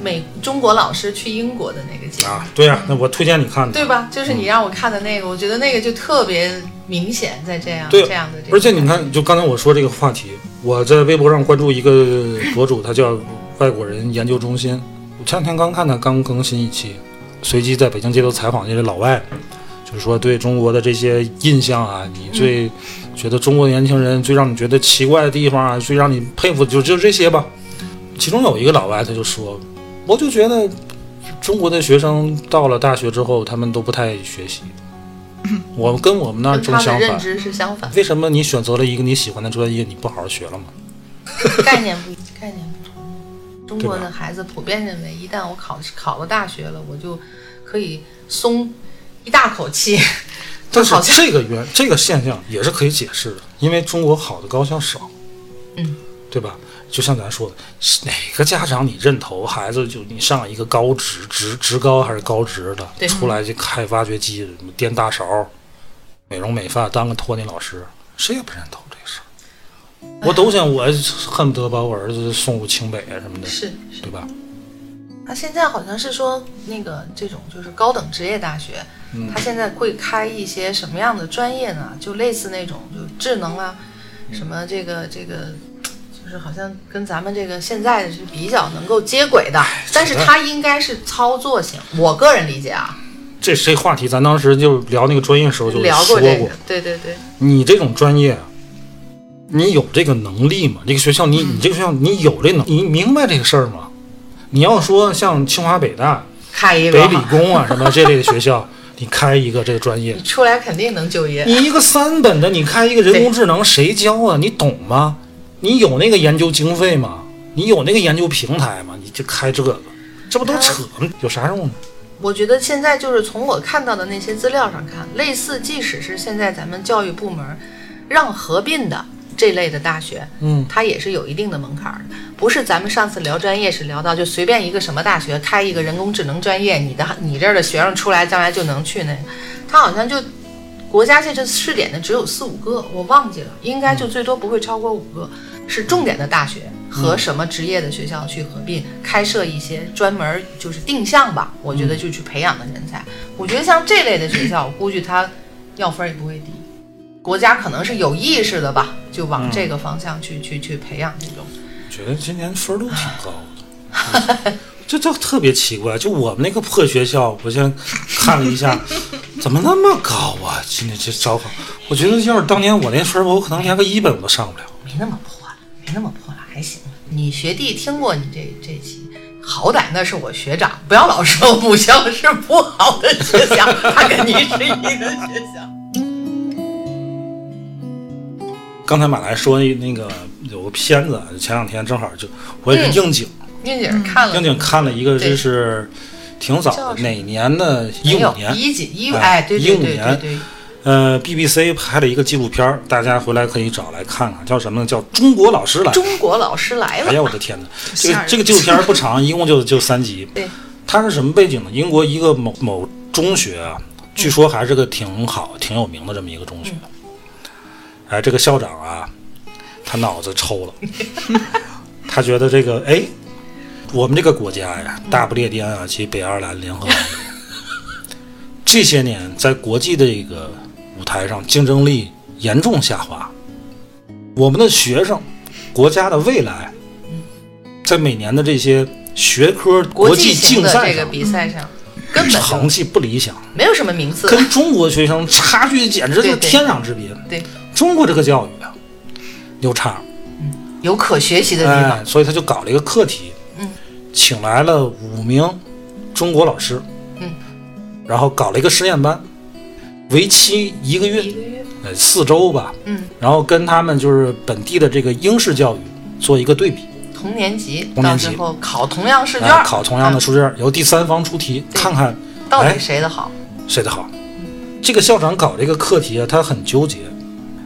Speaker 4: 美中国老师去英国的那个节目，
Speaker 1: 啊，对呀、那我推荐你看的。
Speaker 4: 对吧？就是你让我看的那个，我觉得那个就特别明显，在这样
Speaker 1: 对
Speaker 4: 这样的这个，
Speaker 1: 而且你看，就刚才我说这个话题，我在微博上关注一个博主，他叫外国人研究中心。我前两天刚看他刚更新一期，随机在北京街头采访一些老外，就是说对中国的这些印象啊，你最觉得中国年轻人最让你觉得奇怪的地方啊，最让你佩服就就这些吧。其中有一个老外他就说，我就觉得中国的学生到了大学之后，他们都不太学习。我跟我们那儿
Speaker 4: 跟
Speaker 1: 正
Speaker 4: 他的
Speaker 1: 相反
Speaker 4: 认，知是相反，
Speaker 1: 为什么你选择了一个你喜欢的专业，你不好好学了吗？
Speaker 4: 概念 不一，概念不同。中国
Speaker 1: 对吧
Speaker 4: 的孩子普遍认为，一旦我考考了大学了，我就可以松一大口气。
Speaker 1: 但是
Speaker 4: 好像
Speaker 1: 这个原这个现象也是可以解释的，因为中国好的高校少，
Speaker 4: 嗯，
Speaker 1: 对吧？就像咱说的，是哪个家长你认投孩子就你上一个高职职职高还是高职的，
Speaker 4: 对
Speaker 1: 出来就开挖掘机、什么颠大勺、美容美发，当个托尼老师，谁也不认投这个事儿。
Speaker 4: 哎
Speaker 1: 我都想，我恨不得把我儿子送入清北啊什么的，
Speaker 4: 是是。
Speaker 1: 对吧？
Speaker 4: 他现在好像是说，那个这种就是高等职业大学，
Speaker 1: 嗯
Speaker 4: 他现在会开一些什么样的专业呢？就类似那种就智能啊、
Speaker 1: 嗯
Speaker 4: 什么这个这个，就是好像跟咱们这个现在是比较能够接轨的，
Speaker 1: 哎
Speaker 4: 但是它应该是操作型，我个人理解啊，
Speaker 1: 这这话题咱当时就聊那个专业时候就
Speaker 4: 聊
Speaker 1: 说
Speaker 4: 过这个，对对对，
Speaker 1: 你这种专业，你有这个能力吗？这个学校你你这个学校你有这能，你明白这个事儿吗？你要说像清华北大、
Speaker 4: 开一
Speaker 1: 北
Speaker 4: 个
Speaker 1: 理
Speaker 4: 哈，
Speaker 1: 工啊什么这类的学校， 你开一个这个专业
Speaker 4: 你，出来肯定能就业，
Speaker 1: 你一个三本的，你开一个人工智能，谁教啊？你懂吗？你有那个研究经费吗？你有那个研究平台吗？你就开这个，这不都扯吗？有啥用呢？
Speaker 4: 我觉得现在就是从我看到的那些资料上看，类似即使是现在咱们教育部门让合并的这类的大学，
Speaker 1: 嗯，
Speaker 4: 它也是有一定的门槛儿的，不是咱们上次聊专业时聊到就随便一个什么大学开一个人工智能专业，你的你这儿的学生出来将来就能去那个，它好像就国家现在试点的只有四五个，我忘记了，应该就最多不会超过五个，是重点的大学
Speaker 1: 嗯
Speaker 4: 和什么职业的学校去合并，开设一些专门儿就是定向吧，
Speaker 1: 嗯
Speaker 4: 我觉得就去培养的人才。我觉得像这类的学校，我估计它要分儿也不会低。国家可能是有意识的吧，就往这个方向
Speaker 1: 嗯
Speaker 4: 去、去去培养这种。
Speaker 1: 觉得今年分儿都挺高的， 这这特别奇怪。就我们那个破学校，我现在看了一下， 怎么那么高啊？今年这招考，我觉得要是当年我那分儿，我可能连个一本我都上不了。
Speaker 4: 没那么破了，没那么破了，还行。你学弟听过你这这期，好歹那是我学长，不要老说母校是不好的学校，他跟你是一个学校。
Speaker 1: 嗯刚才马来说那个有个片子，前两天正好就我也是应景，
Speaker 4: 宁姐看了，
Speaker 1: 应景看了一个，
Speaker 4: 对
Speaker 1: 就是挺早
Speaker 4: 叫
Speaker 1: 的，
Speaker 4: 什么
Speaker 1: 哪年的？一
Speaker 4: 没有
Speaker 1: 五年。
Speaker 4: 一几一五
Speaker 1: 哎
Speaker 4: 哎，对对
Speaker 1: 15
Speaker 4: 对对
Speaker 1: 年
Speaker 4: 对，
Speaker 1: 呃，BBC 拍了一个纪录片儿，大家回来可以找来看看，叫什么呢？叫《中国老师来》。
Speaker 4: 中国老师来
Speaker 1: 哎
Speaker 4: 了，
Speaker 1: 呀，我的天 哪！这
Speaker 2: 吓
Speaker 1: 个
Speaker 2: 人
Speaker 1: 这个纪录片儿不长，一共就就三集。
Speaker 4: 对，
Speaker 1: 它是什么背景呢？英国一个某某中学啊，
Speaker 4: 嗯
Speaker 1: 据说还是个挺好、挺有名的这么一个中学。
Speaker 4: 嗯
Speaker 1: 哎，这个校长啊，他脑子抽 了，他觉得这个哎，我们这个国家呀，
Speaker 4: 嗯
Speaker 1: 大不列颠啊及北爱尔兰联合王国， 这些年在国际的这个舞台上竞争力严重下滑，我们的学生，国家的未来，
Speaker 4: 嗯
Speaker 1: 在每年的这些学科国
Speaker 4: 际
Speaker 1: 际
Speaker 4: 型
Speaker 1: 竞
Speaker 4: 的
Speaker 1: 赛
Speaker 4: 这个
Speaker 1: 上，
Speaker 4: 比赛上根本
Speaker 1: 成
Speaker 4: 就
Speaker 1: 绩不理想，
Speaker 4: 没有什么名次，
Speaker 1: 跟中国学生差距简直就是
Speaker 4: 对对
Speaker 1: 天壤之别。
Speaker 4: 对，
Speaker 1: 中国这个教育啊，牛叉，
Speaker 4: 有可学习的地方。
Speaker 1: 哎，所以他就搞了一个课题，
Speaker 4: 嗯，
Speaker 1: 请来了五名中国老师，
Speaker 4: 嗯，
Speaker 1: 然后搞了一个实验班，为期一个月，
Speaker 4: 一个月，
Speaker 1: 呃，四周吧，
Speaker 4: 嗯，
Speaker 1: 然后跟他们就是本地的这个英式教育做一个对比，
Speaker 4: 同年级
Speaker 1: 同
Speaker 4: 到
Speaker 1: 年级
Speaker 4: 最后考同样试卷
Speaker 1: 哎，考同样的
Speaker 4: 嗯
Speaker 1: 试卷，由第三方出题，
Speaker 4: 对
Speaker 1: 看看
Speaker 4: 到
Speaker 1: 哎
Speaker 4: 底谁的好？
Speaker 1: 谁的好。这个校长搞这个课题啊，他很纠结，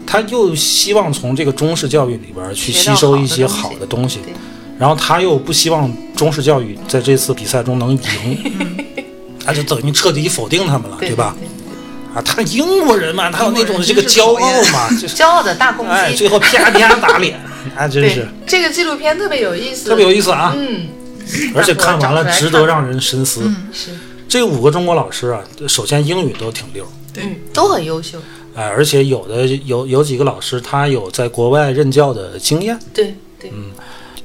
Speaker 1: 他又希望从这个中式教育里边儿去
Speaker 4: 学
Speaker 1: 吸
Speaker 4: 到
Speaker 1: 收
Speaker 4: 好
Speaker 1: 一
Speaker 4: 的
Speaker 1: 些
Speaker 4: 东西
Speaker 1: 好的东西
Speaker 4: 对，
Speaker 1: 然后他又不希望中式教育在这次比赛中能赢， 他就等于彻底否定他们了，
Speaker 4: 对
Speaker 1: 吧？？啊，他英国人嘛，他有那种这个骄傲嘛， 就是
Speaker 4: 骄傲的大公
Speaker 1: 哎，
Speaker 4: 鸡
Speaker 1: 最。后啪啪打脸，啊，真
Speaker 4: 对
Speaker 1: 是，
Speaker 4: 这个纪录片特别有意思，
Speaker 1: 特别有意思啊！
Speaker 4: 嗯，
Speaker 1: 而且看完了值得让人深思。
Speaker 4: 是，
Speaker 1: 这五个中国老师啊，首先英语都挺溜儿，
Speaker 2: 对，
Speaker 4: 嗯，都很优秀，
Speaker 1: 哎，而且有的有有几个老师他有在国外任教的经验，嗯
Speaker 4: 对对，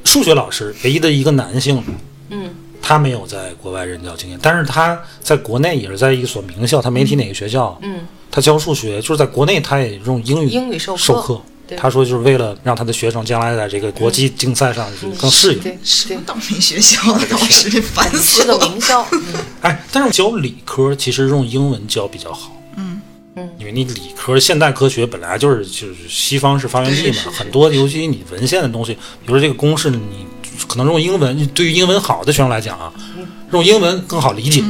Speaker 1: 数学老师唯一的一个男性，
Speaker 4: 嗯，
Speaker 1: 他没有在国外任教经验，但是他在国内也是在一所名校，他没提哪个学校，
Speaker 4: 嗯，
Speaker 1: 他教数学就是在国内他也用英语
Speaker 4: 英语授课
Speaker 1: 授课
Speaker 4: 对
Speaker 1: 他说就是为了让他的学生将来在这个国际竞赛上就是更适应，
Speaker 4: 对
Speaker 2: 什
Speaker 4: 对
Speaker 2: 么，倒霉学校的老师，烦死
Speaker 4: 是个
Speaker 2: 了。
Speaker 4: 名校，嗯
Speaker 1: 哎，但是教理科其实用英文教比较好。
Speaker 2: 嗯
Speaker 4: 嗯
Speaker 1: 因为你理科现代科学本来就是就是西方是发源地
Speaker 4: 是是
Speaker 1: 嘛，很多尤其你文献的东西，比如说这个公式，你可能用英文，你对于英文好的学生来讲啊，
Speaker 4: 嗯
Speaker 1: 用英文更好理解。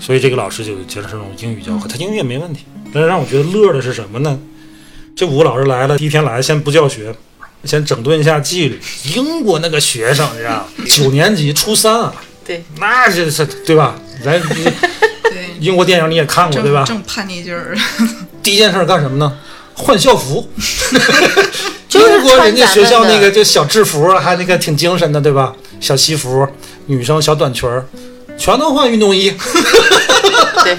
Speaker 1: 所以这个老师就接着是用英语教课，他英语也没问题。但是让我觉得乐的是什么呢？这五个老师来了，第一天来先不教学，先整顿一下纪律。英国那个学生，你知道，九年级初三啊，
Speaker 4: 对，
Speaker 1: 那这是对吧？咱
Speaker 2: 对，
Speaker 1: 英国电影你也看过对吧
Speaker 2: 正？正叛逆劲儿，
Speaker 1: 第一件事儿干什么呢？换校服。
Speaker 4: 就是
Speaker 1: 英国人家
Speaker 4: 穿咱
Speaker 1: 学
Speaker 4: 们
Speaker 1: 校那
Speaker 4: 的
Speaker 1: 个就小制服啊，还那个挺精神的，对吧？小西服，女生小短裙儿，全都换运动衣。
Speaker 4: 对对。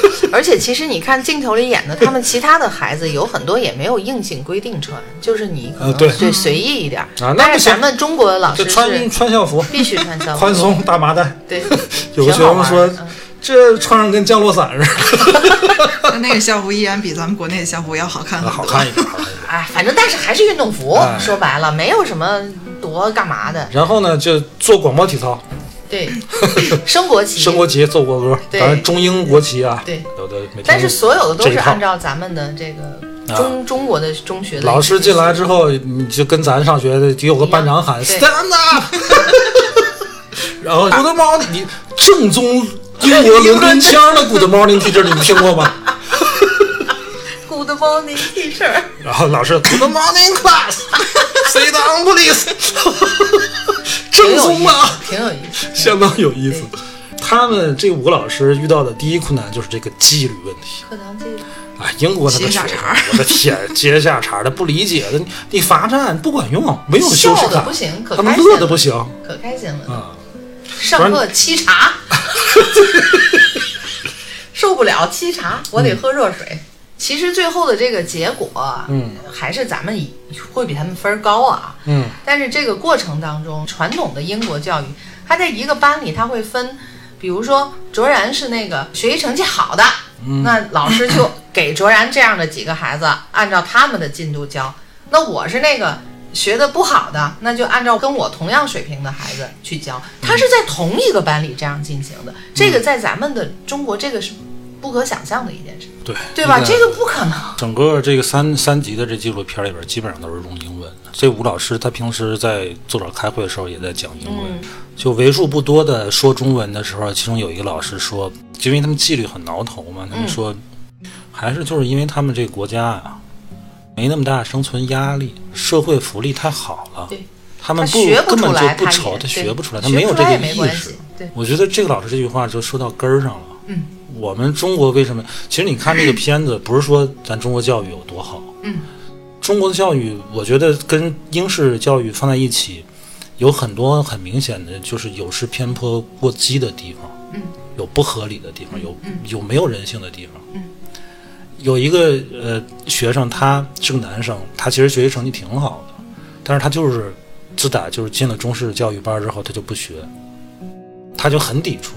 Speaker 4: 而且其实你看镜头里演的，他们其他的孩子有很多也没有硬性规定穿，就是你可
Speaker 1: 呃
Speaker 4: 能
Speaker 1: 对
Speaker 4: 对随意一点儿。
Speaker 1: 啊那不
Speaker 4: 但是
Speaker 1: 行
Speaker 4: 咱们中国的老
Speaker 1: 这
Speaker 4: 师
Speaker 1: 穿
Speaker 4: 是
Speaker 1: 穿校服，
Speaker 4: 必须穿校服，
Speaker 1: 宽松大麻袋。
Speaker 4: 对，
Speaker 1: 有个学
Speaker 4: 挺好
Speaker 1: 生
Speaker 4: 玩
Speaker 1: 说
Speaker 4: 的嗯，
Speaker 1: 这穿上跟降落伞似
Speaker 2: 但那个校服依然比咱们国内的校服要好看
Speaker 1: 的，
Speaker 2: 很多。
Speaker 1: 好看一 点。好看一点
Speaker 4: 哎，反正但是还是运动服，
Speaker 1: 哎
Speaker 4: 说白了没有什么多干嘛的。
Speaker 1: 然后呢，就做广播体操，
Speaker 4: 对，升国旗，
Speaker 1: 升国旗奏国歌，
Speaker 4: 对
Speaker 1: 当然中英国旗啊，
Speaker 4: 对，
Speaker 1: 有的每天。
Speaker 4: 但是所有的都
Speaker 1: 这
Speaker 4: 是
Speaker 1: 一套啊
Speaker 4: 按照咱们的这个中、中国的中学的
Speaker 1: 老师进来之后，你就跟咱上学的，就有个班长喊
Speaker 4: 一样
Speaker 1: “stand up”，然后 “good morning”，你正宗英国伦敦腔的 “good morning teacher” 你听过吗？
Speaker 4: Good morning teacher，
Speaker 1: 然后老师 “good morning class”，“sit down please”，正宗啊，
Speaker 4: 挺有意思。
Speaker 1: 相当有意思。他们这五个老师遇到的第一困难就是这个纪律问题。
Speaker 4: 课堂记录
Speaker 1: 啊，英国那个
Speaker 2: 接下
Speaker 1: 学
Speaker 2: 茬儿
Speaker 1: 生我的天，接下茬儿的不理解的，你你罚站不管用，没有羞耻
Speaker 4: 笑的
Speaker 1: 感
Speaker 4: 不，行，可
Speaker 1: 他
Speaker 4: 开
Speaker 1: 们
Speaker 4: 心
Speaker 1: 乐的
Speaker 4: 了
Speaker 1: 不行
Speaker 4: 可开心了。
Speaker 1: 啊。
Speaker 4: 上课沏茶， 受不了沏茶，我得喝热水。其实最后的这个结果，啊
Speaker 1: 嗯，
Speaker 4: 还是咱们以会比他们分儿高啊。
Speaker 1: 嗯，
Speaker 4: 但是这个过程当中，传统的英国教育，它在一个班里，它会分，比如说卓然是那个学习成绩好的，
Speaker 1: 嗯
Speaker 4: 那老师就给卓然这样的几个孩子，按照他们的进度教。那我是那个学的不好的，那就按照跟我同样水平的孩子去教。他是在同一个班里这样进行
Speaker 1: 嗯
Speaker 4: 的，这个在咱们的中国，这个是不可想象的一件事，
Speaker 1: 对，
Speaker 4: 对吧？
Speaker 1: 一
Speaker 4: 这个不可能。
Speaker 1: 整个这个三三级的这纪录片里边，基本上都是用英文。这吴老师他平时在坐这儿开会的时候也在讲英文，
Speaker 4: 嗯
Speaker 1: 就为数不多的说中文的时候，其中有一个老师说，就因为他们纪律很挠头
Speaker 4: 嗯
Speaker 1: 嘛，他们说、还是就是因为他们这个国家啊，没那么大生存压力，社会福利太好了
Speaker 4: 对，
Speaker 1: 他们
Speaker 4: 他
Speaker 1: 不
Speaker 4: 学不
Speaker 1: 根本
Speaker 4: 出来
Speaker 1: 就不
Speaker 4: 他
Speaker 1: 愁，
Speaker 4: 也
Speaker 1: 他
Speaker 4: 对
Speaker 1: 学不出来，他
Speaker 4: 学
Speaker 1: 没有
Speaker 4: 出
Speaker 1: 这
Speaker 4: 来
Speaker 1: 个
Speaker 4: 也没
Speaker 1: 意
Speaker 4: 关
Speaker 1: 识
Speaker 4: 系。对
Speaker 1: 我觉得这个老师这句话就说到根儿上了。嗯，我们中国为什么？其实你看这个片子，不是说咱中国教育有多好。
Speaker 4: 嗯，
Speaker 1: 中国的教育，我觉得跟英式教育放在一起，有很多很明显的就是有失偏颇、过激的地方。
Speaker 4: 嗯，
Speaker 1: 有不合理的地方，有有没有人性的地方。
Speaker 4: 嗯。
Speaker 1: 有一个呃学生，他是个男生，他其实学习成绩挺好的，但是他就是自打就是进了中式教育班之后，他就不学，他就很抵触。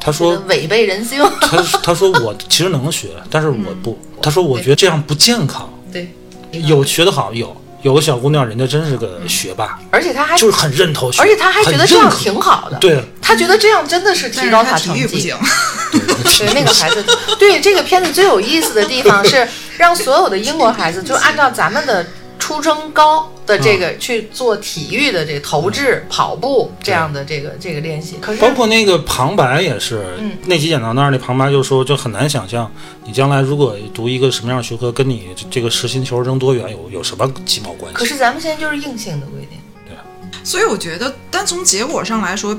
Speaker 1: 他说
Speaker 4: 违背人性，
Speaker 1: 他他说我其实能学，但是我不。他说我觉得这样不健康。
Speaker 4: 嗯对，
Speaker 1: 有学得好，有有个小姑娘，人家真是个学霸，
Speaker 4: 而且他还，
Speaker 1: 就是很认头学，
Speaker 4: 哎而且他还觉得这样
Speaker 1: 很认可
Speaker 4: 挺好的，，
Speaker 1: 对。
Speaker 4: 他觉得这样真的是
Speaker 2: 但
Speaker 4: 提
Speaker 2: 是
Speaker 4: 高
Speaker 2: 他
Speaker 4: 成
Speaker 2: 体育不
Speaker 4: 绩
Speaker 2: 行。，
Speaker 4: 对那个孩子，对这个片子最有意思的地 方是，让所有的英国孩子就按照咱们的出生高的这
Speaker 1: 嗯
Speaker 4: 个去做体育的这个投掷、跑步这样的这个这个练习。可是
Speaker 1: 包括那个旁白也是，
Speaker 4: 嗯
Speaker 1: 那集讲到那儿，那旁白就说，就很难想象你将来如果读一个什么样的学科，跟你这个实心球扔多远有有什么鸡毛关系？
Speaker 4: 可是咱们现在就是硬性的规定，
Speaker 2: 所以我觉得，单从结果上来说，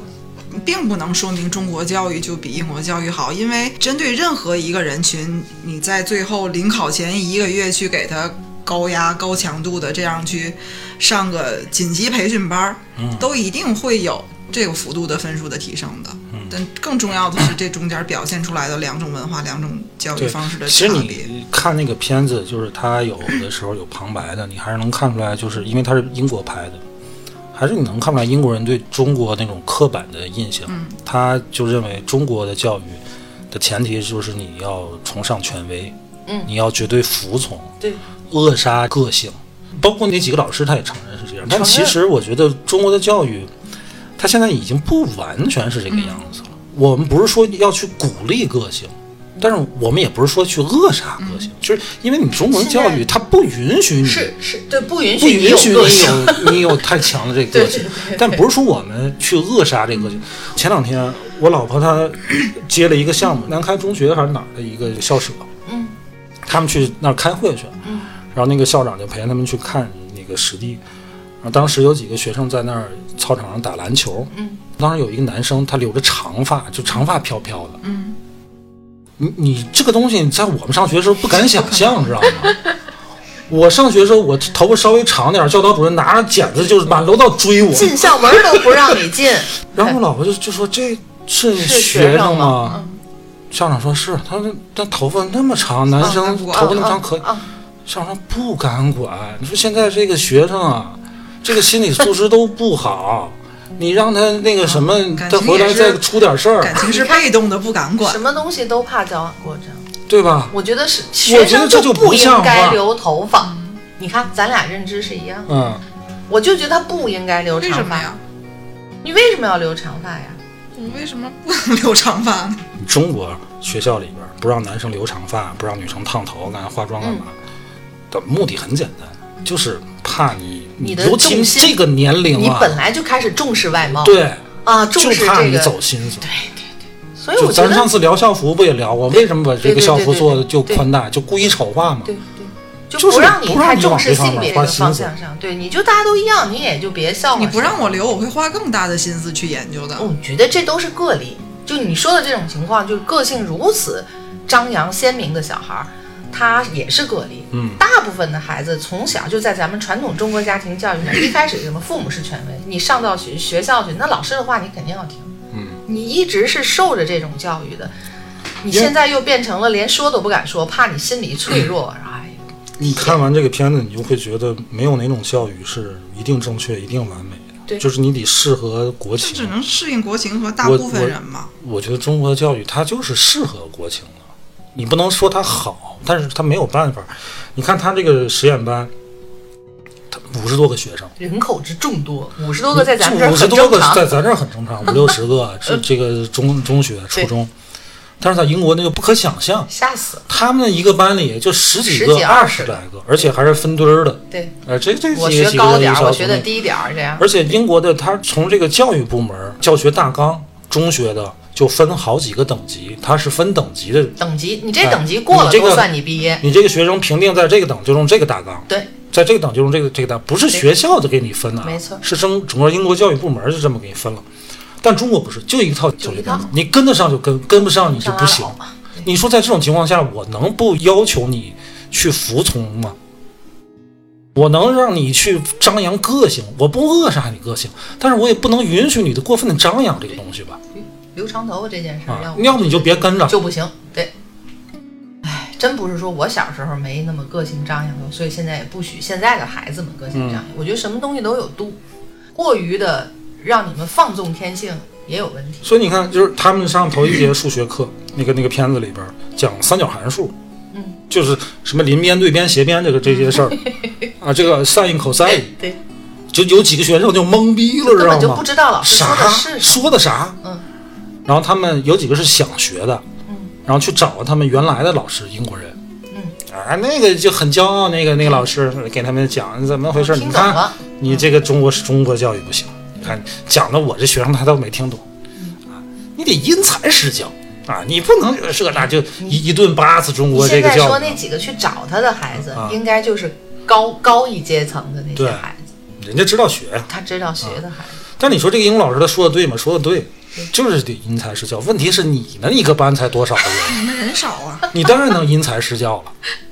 Speaker 2: 并不能说明中国教育就比英国教育好，因为针对任何一个人群，你在最后临考前一个月去给他高压、高强度的这样去上个紧急培训班儿，
Speaker 1: 嗯
Speaker 2: 都一定会有这个幅度的分数的提升的。嗯但更重要的是，这中间表现出来的两种文化、两种教育
Speaker 1: 对
Speaker 2: 方式的
Speaker 1: 其
Speaker 2: 差
Speaker 1: 实
Speaker 2: 别。
Speaker 1: 你看那个片子，就是它有的时候有旁白的，你还是能看出来，就是因为它是英国拍的，还是你能看出来英国人对中国那种刻板的印象。
Speaker 2: 嗯
Speaker 1: 他就认为中国的教育的前提就是你要崇尚权威，
Speaker 4: 嗯
Speaker 1: 你要绝对服从，
Speaker 4: 对，
Speaker 1: 扼杀个性。包括那几个老师，他也承认是这样。但
Speaker 4: 承认
Speaker 1: 其实我觉得中国的教育，它现在已经不完全是这个样子了。
Speaker 4: 嗯
Speaker 1: 我们不是说要去鼓励个性，但是我们也不是说去扼杀个性，就是因为你中国的教
Speaker 4: 嗯现
Speaker 1: 育
Speaker 4: 在
Speaker 1: 它不允许你
Speaker 4: 是是对，不允
Speaker 1: 不
Speaker 4: 许你
Speaker 1: 允
Speaker 4: 有
Speaker 1: 许你
Speaker 4: 个性。
Speaker 1: 有你有太强的这个个性
Speaker 4: 对对，
Speaker 1: 但不是说我们去扼杀这个个性。前两天我老婆她接了一个项目，南开中学还是哪儿的一个校舍，
Speaker 4: 嗯，
Speaker 1: 他们去那儿开会去，嗯，然后那个校长就陪他们去看那个实地。然后啊当时有几个学生在那儿操场上打篮球，
Speaker 4: 嗯，
Speaker 1: 当时有一个男生他留着长发，就长发飘飘的，嗯，你你这个东西在我们上学的时候不敢 想象，知道吗？我上学的时候，我头发稍微长点儿，教导主任拿着剪子就是满楼道追我。
Speaker 4: 进校门 都不让你进，
Speaker 1: 然后我老婆就就说：“这是
Speaker 4: 是
Speaker 1: 学
Speaker 4: 生
Speaker 1: 吗？
Speaker 4: 嗯
Speaker 1: 校长说是，他说那头发那么长，男生头发那么长可以。
Speaker 4: 啊，
Speaker 1: 校长不敢管，你说现在这个学生啊，这个心理素质都不好，你让他那个什
Speaker 4: 啊
Speaker 1: 么，
Speaker 2: 感
Speaker 1: 他
Speaker 2: 情
Speaker 1: 回
Speaker 2: 也
Speaker 1: 来
Speaker 2: 是
Speaker 1: 再出点事儿
Speaker 2: 感，情是被动的，不敢管
Speaker 4: 什。么东西都怕矫枉过正。
Speaker 1: 对吧？
Speaker 4: 我觉得是学生
Speaker 1: 这就
Speaker 4: 不
Speaker 1: 不像
Speaker 4: 应该
Speaker 1: 话
Speaker 4: 留头发。你看，咱俩认知是一样的。
Speaker 1: 嗯，
Speaker 4: 我就觉得他不应该留
Speaker 2: 为什
Speaker 4: 长
Speaker 2: 么
Speaker 4: 发。
Speaker 2: 呀？
Speaker 4: 你为什么要留长发呀？
Speaker 2: 你为什么不能留长发呢？
Speaker 1: 中国学校里边不让男生留长发，不让女生烫头，干化妆干嘛？
Speaker 4: 嗯
Speaker 1: 的目的很简单，就是怕你，
Speaker 4: 你的
Speaker 1: 尤其
Speaker 4: 重心
Speaker 1: 这个年龄
Speaker 4: 你
Speaker 1: 啊，
Speaker 4: 本来就开始重视外貌，
Speaker 1: 对，
Speaker 4: 啊，重
Speaker 1: 就
Speaker 4: 视
Speaker 1: 怕
Speaker 4: 这
Speaker 1: 你
Speaker 4: 个，
Speaker 1: 走心思。
Speaker 4: 所以
Speaker 1: 就
Speaker 4: 我觉
Speaker 1: 咱上
Speaker 4: 得
Speaker 1: 次聊校服不也聊过，为什么把这
Speaker 4: 对
Speaker 1: 个
Speaker 4: 对
Speaker 1: 校服
Speaker 4: 对对
Speaker 1: 做的就
Speaker 4: 对
Speaker 1: 宽大，就故意丑化嘛？
Speaker 4: 对对。
Speaker 1: 就
Speaker 4: 就是不让你
Speaker 1: 不让
Speaker 4: 太
Speaker 1: 你
Speaker 4: 重
Speaker 1: 往
Speaker 4: 视
Speaker 1: 这方
Speaker 4: 性
Speaker 1: 面
Speaker 4: 别这
Speaker 1: 花
Speaker 4: 个
Speaker 1: 心
Speaker 4: 方
Speaker 1: 思
Speaker 4: 向上，对，你就大家都一样，你也就别笑话。
Speaker 2: 你不让我留，我会花更大的心思去研究的。
Speaker 4: 我哦觉得这都是个例。就你说的这种情况，就是个性如此张扬鲜明的小孩儿，他也是个例。
Speaker 1: 嗯
Speaker 4: 大部分的孩子从小就在咱们传统中国家庭教育上，一开始什么父母是权威，你上到学学校去，那老师的话你肯定要听。
Speaker 1: 嗯，
Speaker 4: 你一直是受着这种教育的，你
Speaker 1: 因为
Speaker 4: 现在又变成了连说都不敢说，怕你心理脆弱。哎呀，
Speaker 1: 你看完这个片子，你就会觉得没有哪种教育是一定正确、一定完美的，
Speaker 4: 对
Speaker 1: 就是你得适合国
Speaker 2: 这只
Speaker 1: 情。
Speaker 2: 能适应国情和大
Speaker 1: 我
Speaker 2: 部分
Speaker 1: 我
Speaker 2: 人嘛。
Speaker 1: 我觉得中国的教育它就是适合国情的，你不能说它好，但是它没有办法。你看它这个实验班，它五十多个学生，
Speaker 4: 人口之众多，五十多个在咱们这儿
Speaker 1: 五十
Speaker 4: 很
Speaker 1: 多
Speaker 4: 正
Speaker 1: 个
Speaker 4: 常。
Speaker 1: 在咱这儿很正常，五六十 个是这个中中学、初
Speaker 4: 对
Speaker 1: 中，但是在英国那就不可想象，
Speaker 4: 吓死了！
Speaker 1: 他们一个班里也就十几
Speaker 4: 十几
Speaker 1: 个、
Speaker 4: 二
Speaker 1: 二
Speaker 4: 十
Speaker 1: 十
Speaker 4: 个
Speaker 1: 来个，而且还是分堆儿的。
Speaker 4: 对，
Speaker 1: 呃，这这
Speaker 4: 我
Speaker 1: 几个
Speaker 4: 学
Speaker 1: 几个啊
Speaker 4: 高
Speaker 1: 人
Speaker 4: 点
Speaker 1: 一
Speaker 4: 儿，
Speaker 1: 小
Speaker 4: 我
Speaker 1: 组
Speaker 4: 学的
Speaker 1: 内
Speaker 4: 低点儿，这样。
Speaker 1: 而且英国的它从这个教育部门儿教学大纲，中学的就分好几个等级，它是分等级的。
Speaker 4: 等级，你这
Speaker 1: 哎
Speaker 4: 等级过了
Speaker 1: 你这个
Speaker 4: 都算你毕业。
Speaker 1: 你这个学生评定在这个等就用这个大纲，
Speaker 4: 对，
Speaker 1: 在这个等就用这个这个大，不是学校的给你分的啊，
Speaker 4: 没错
Speaker 1: 是整整个英国教育部门儿就这么给你分了。但中国不是，就一套教
Speaker 4: 就
Speaker 1: 学
Speaker 4: 一
Speaker 1: 纲
Speaker 4: 套，
Speaker 1: 你跟得上就跟，跟不上你就
Speaker 4: 上
Speaker 1: 不
Speaker 4: 拉
Speaker 1: 行
Speaker 4: 倒。嘛。
Speaker 1: 你说在这种情况下，我能不要求你去服从吗？我能让你去张扬个性，我不扼杀你个性，但是我也不能允许你的过分的张扬这个东西吧？
Speaker 4: 留长头发这件事儿，
Speaker 1: 啊，
Speaker 4: 我
Speaker 1: 要么你就别跟着，
Speaker 4: 就不行。对，哎，真不是说我小时候没那么个性张扬过，所以现在也不许现在的孩子们个性张
Speaker 1: 嗯
Speaker 4: 扬。我觉得什么东西都有度，过于的让你们放纵天性也有问题。
Speaker 1: 所以你看，就是他们上头一节数学课，那个那个片子里边讲三角函数，
Speaker 4: 嗯，
Speaker 1: 就是什么邻边、对边、斜边这个这些事儿啊，这个 sin、cosine，
Speaker 4: 嗯 对，
Speaker 1: 就有几个学生就懵逼了，知
Speaker 4: 根
Speaker 1: 道
Speaker 4: 本
Speaker 1: 吗？
Speaker 4: 就不知道老师
Speaker 1: 啥
Speaker 4: 说的是什么。
Speaker 1: 说的啥？
Speaker 4: 嗯。
Speaker 1: 然后他们有几个是想学的，
Speaker 4: 嗯，
Speaker 1: 然后去找了他们原来的老师，英国人，
Speaker 4: 嗯，
Speaker 1: 啊，那个就很骄傲，那个那个老师给他们讲怎么回事，
Speaker 4: 我
Speaker 1: 你
Speaker 4: 听懂
Speaker 1: 看
Speaker 4: 了，嗯
Speaker 1: 你这个中国是中国教育不行，你看讲的我这学生他都没听懂，
Speaker 4: 嗯
Speaker 1: 啊，你得因材施教啊，你不能这那就一一顿巴子中
Speaker 4: 嗯你
Speaker 1: 国这
Speaker 4: 现
Speaker 1: 个
Speaker 4: 在
Speaker 1: 教
Speaker 4: 说
Speaker 1: 育
Speaker 4: 那，几个去找他的孩子
Speaker 1: 啊，
Speaker 4: 应该就是高高一阶层的那些
Speaker 1: 对
Speaker 4: 孩子，
Speaker 1: 人家知道学，
Speaker 4: 他知道学的孩子。
Speaker 1: 但你说这个英语老师他说的对吗？说的对，就是得因材施教。问题是你们一个班才多少个人？
Speaker 2: 你们人少啊，
Speaker 1: 你当然能因材施教了。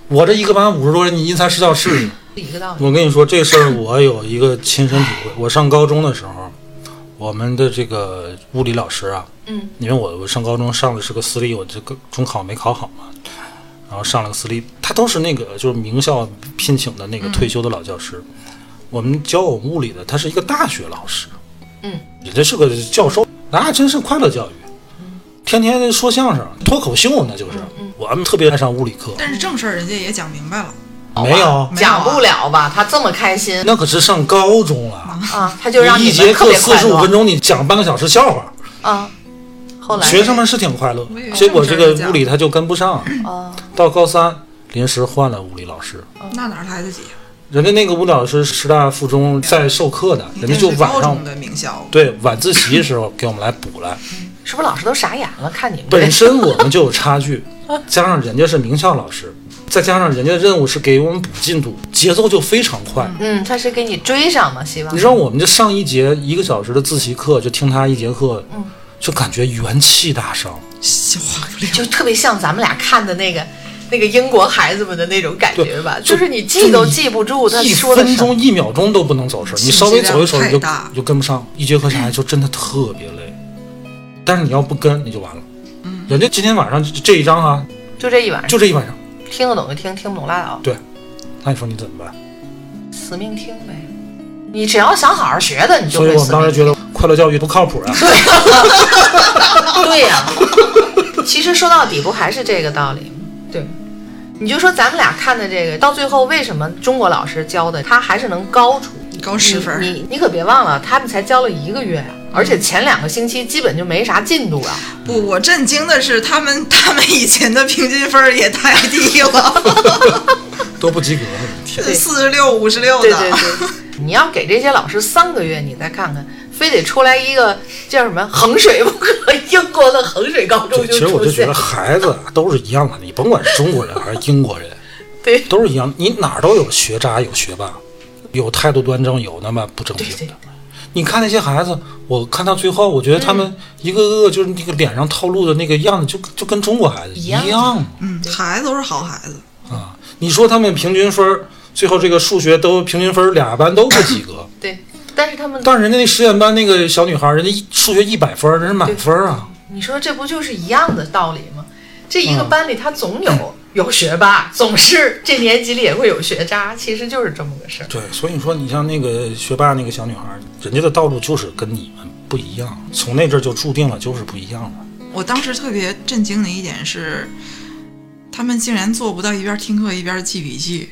Speaker 1: 我这一个班五十多人，你因材施教试试。
Speaker 4: 是一个道理，
Speaker 1: 我跟你说这事儿，我有一个亲身体会。我上高中的时候，我们的这个物理老师啊，
Speaker 4: 嗯，
Speaker 1: 因为我我上高中上的是个私立，我这个中考没考好嘛，然后上了个私立，他都是那个就是名校聘请的那
Speaker 4: 嗯
Speaker 1: 个退休的老教师。我们教我们物理的，他是一个大学老师，
Speaker 4: 嗯，
Speaker 1: 人家是个教授，那、真是快乐教育。
Speaker 4: 嗯
Speaker 1: 天天说相声、脱口秀，那就是、我们特别爱上物理课。
Speaker 2: 但是正事儿人家也讲明白了，
Speaker 1: 没有，
Speaker 2: 没有啊
Speaker 4: 讲不了吧？他这么开心
Speaker 1: 那可是上高中了，
Speaker 4: 啊，他就让
Speaker 1: 你
Speaker 4: 你
Speaker 1: 一节
Speaker 4: 们特
Speaker 1: 课
Speaker 4: 别
Speaker 1: 四
Speaker 4: 快
Speaker 1: 十五分
Speaker 4: 乐
Speaker 1: 钟，你讲半个小时笑话，
Speaker 4: 啊。后来
Speaker 1: 学生们是挺快乐
Speaker 2: 我以为。
Speaker 1: 结果这
Speaker 2: 正
Speaker 1: 个
Speaker 2: 事儿讲
Speaker 1: 物理他就跟不上，
Speaker 4: 啊，
Speaker 1: 到高三临时换了物理老师。
Speaker 4: 哦
Speaker 2: 那哪儿来得及？啊
Speaker 1: 人家那个物理老师是师大附中在授课的，
Speaker 2: 一
Speaker 1: 人家
Speaker 2: 定
Speaker 1: 就是晚
Speaker 2: 高
Speaker 1: 上
Speaker 2: 中的名校，
Speaker 1: 对晚自习的时候给我们来补 来。
Speaker 4: 是不是老师都傻眼了？看你们
Speaker 1: 本
Speaker 4: 这
Speaker 1: 身我们就有差距，加上人家是名校老师，再加上人家任务是给我们补进度，节奏就非常快。
Speaker 4: 嗯，他是给你追上嘛，希望
Speaker 1: 你知道，我们就上一节一个小时的自习课，就听他一节课，
Speaker 4: 嗯
Speaker 1: 就感觉元气大伤。
Speaker 2: 消化不了。
Speaker 4: 就特别像咱们俩看的那个那个英国孩子们的那种感觉吧，
Speaker 1: 对
Speaker 4: 就是你记都记不住他
Speaker 1: 一
Speaker 4: 说的
Speaker 1: 分
Speaker 4: 什么。
Speaker 1: 钟一秒钟都不能走神儿，你
Speaker 2: 信息
Speaker 1: 稍微走一
Speaker 2: 量
Speaker 1: 走你
Speaker 2: 太
Speaker 1: 就
Speaker 2: 大嗯
Speaker 1: 你就跟不上，一节课下来就真的特别累。但是你要不跟你就完了，人家今天晚上这这一章啊，
Speaker 4: 就这一晚上，
Speaker 1: 就这一晚上，
Speaker 4: 听得懂就听，听不懂拉倒，
Speaker 1: 那你说你怎么办？
Speaker 4: 死命听呗。你只要想好好学的，你就
Speaker 1: 所以
Speaker 4: 会
Speaker 1: 我们
Speaker 4: 死
Speaker 1: 当时
Speaker 4: 命。
Speaker 1: 觉得快乐教育不靠谱 啊。
Speaker 4: 对呀、 其实说到底不还是这个道理吗？对，你就说咱们俩看的这个，到最后为什么中国老师教的他还是能高出？
Speaker 2: 高十分
Speaker 4: 你
Speaker 2: 儿。嗯
Speaker 4: 你你可别忘了，他们才教了一个月啊，而且前两个星期基本就没啥进度啊。
Speaker 2: 不，我震惊的是，他们他们以前的平均分儿也太 低了，
Speaker 1: 都不及格，我的天！
Speaker 2: 四十六、五十六
Speaker 4: 对对
Speaker 2: 的。
Speaker 4: 对， 你要给这些老师三个月，你再看看，非得出来一个叫什么衡水不可， 英国的衡水高中
Speaker 1: 对，其实我
Speaker 4: 出
Speaker 1: 就觉
Speaker 4: 现
Speaker 1: 得。孩子啊都是一样的，你甭管是中国人还是英国 人，
Speaker 4: 对
Speaker 1: 都是一样。你哪儿都有学渣，有学霸，有态度端正，有那么不正经的。
Speaker 4: 对对
Speaker 1: 你看那些孩子，我看到最后，我觉得他们一个个就是那个脸上套路的那个样子，就就跟中国孩子一
Speaker 4: 一
Speaker 1: 样
Speaker 2: 嗯，孩子都是好孩子。
Speaker 1: 啊。你说他们平均分儿，最后这个数学都平均分儿俩班都不及格，
Speaker 4: 对，但是他们，
Speaker 1: 但是人家那实验班那个小女孩儿，人家一数学一百分儿，人是满分儿啊。
Speaker 4: 你说这不就是一样的道理吗？这
Speaker 1: 嗯
Speaker 4: 一个班里他总有、 有学霸，总是这年级里也会有学渣，其实就是这么个事儿。
Speaker 1: 对，所以说你像那个学霸那个小女孩儿，人家的道路就是跟你们不一样，从那阵儿就注定了就是不一样的。
Speaker 2: 我当时特别震惊的一点是，他们竟然做不到一边听课一边记笔记，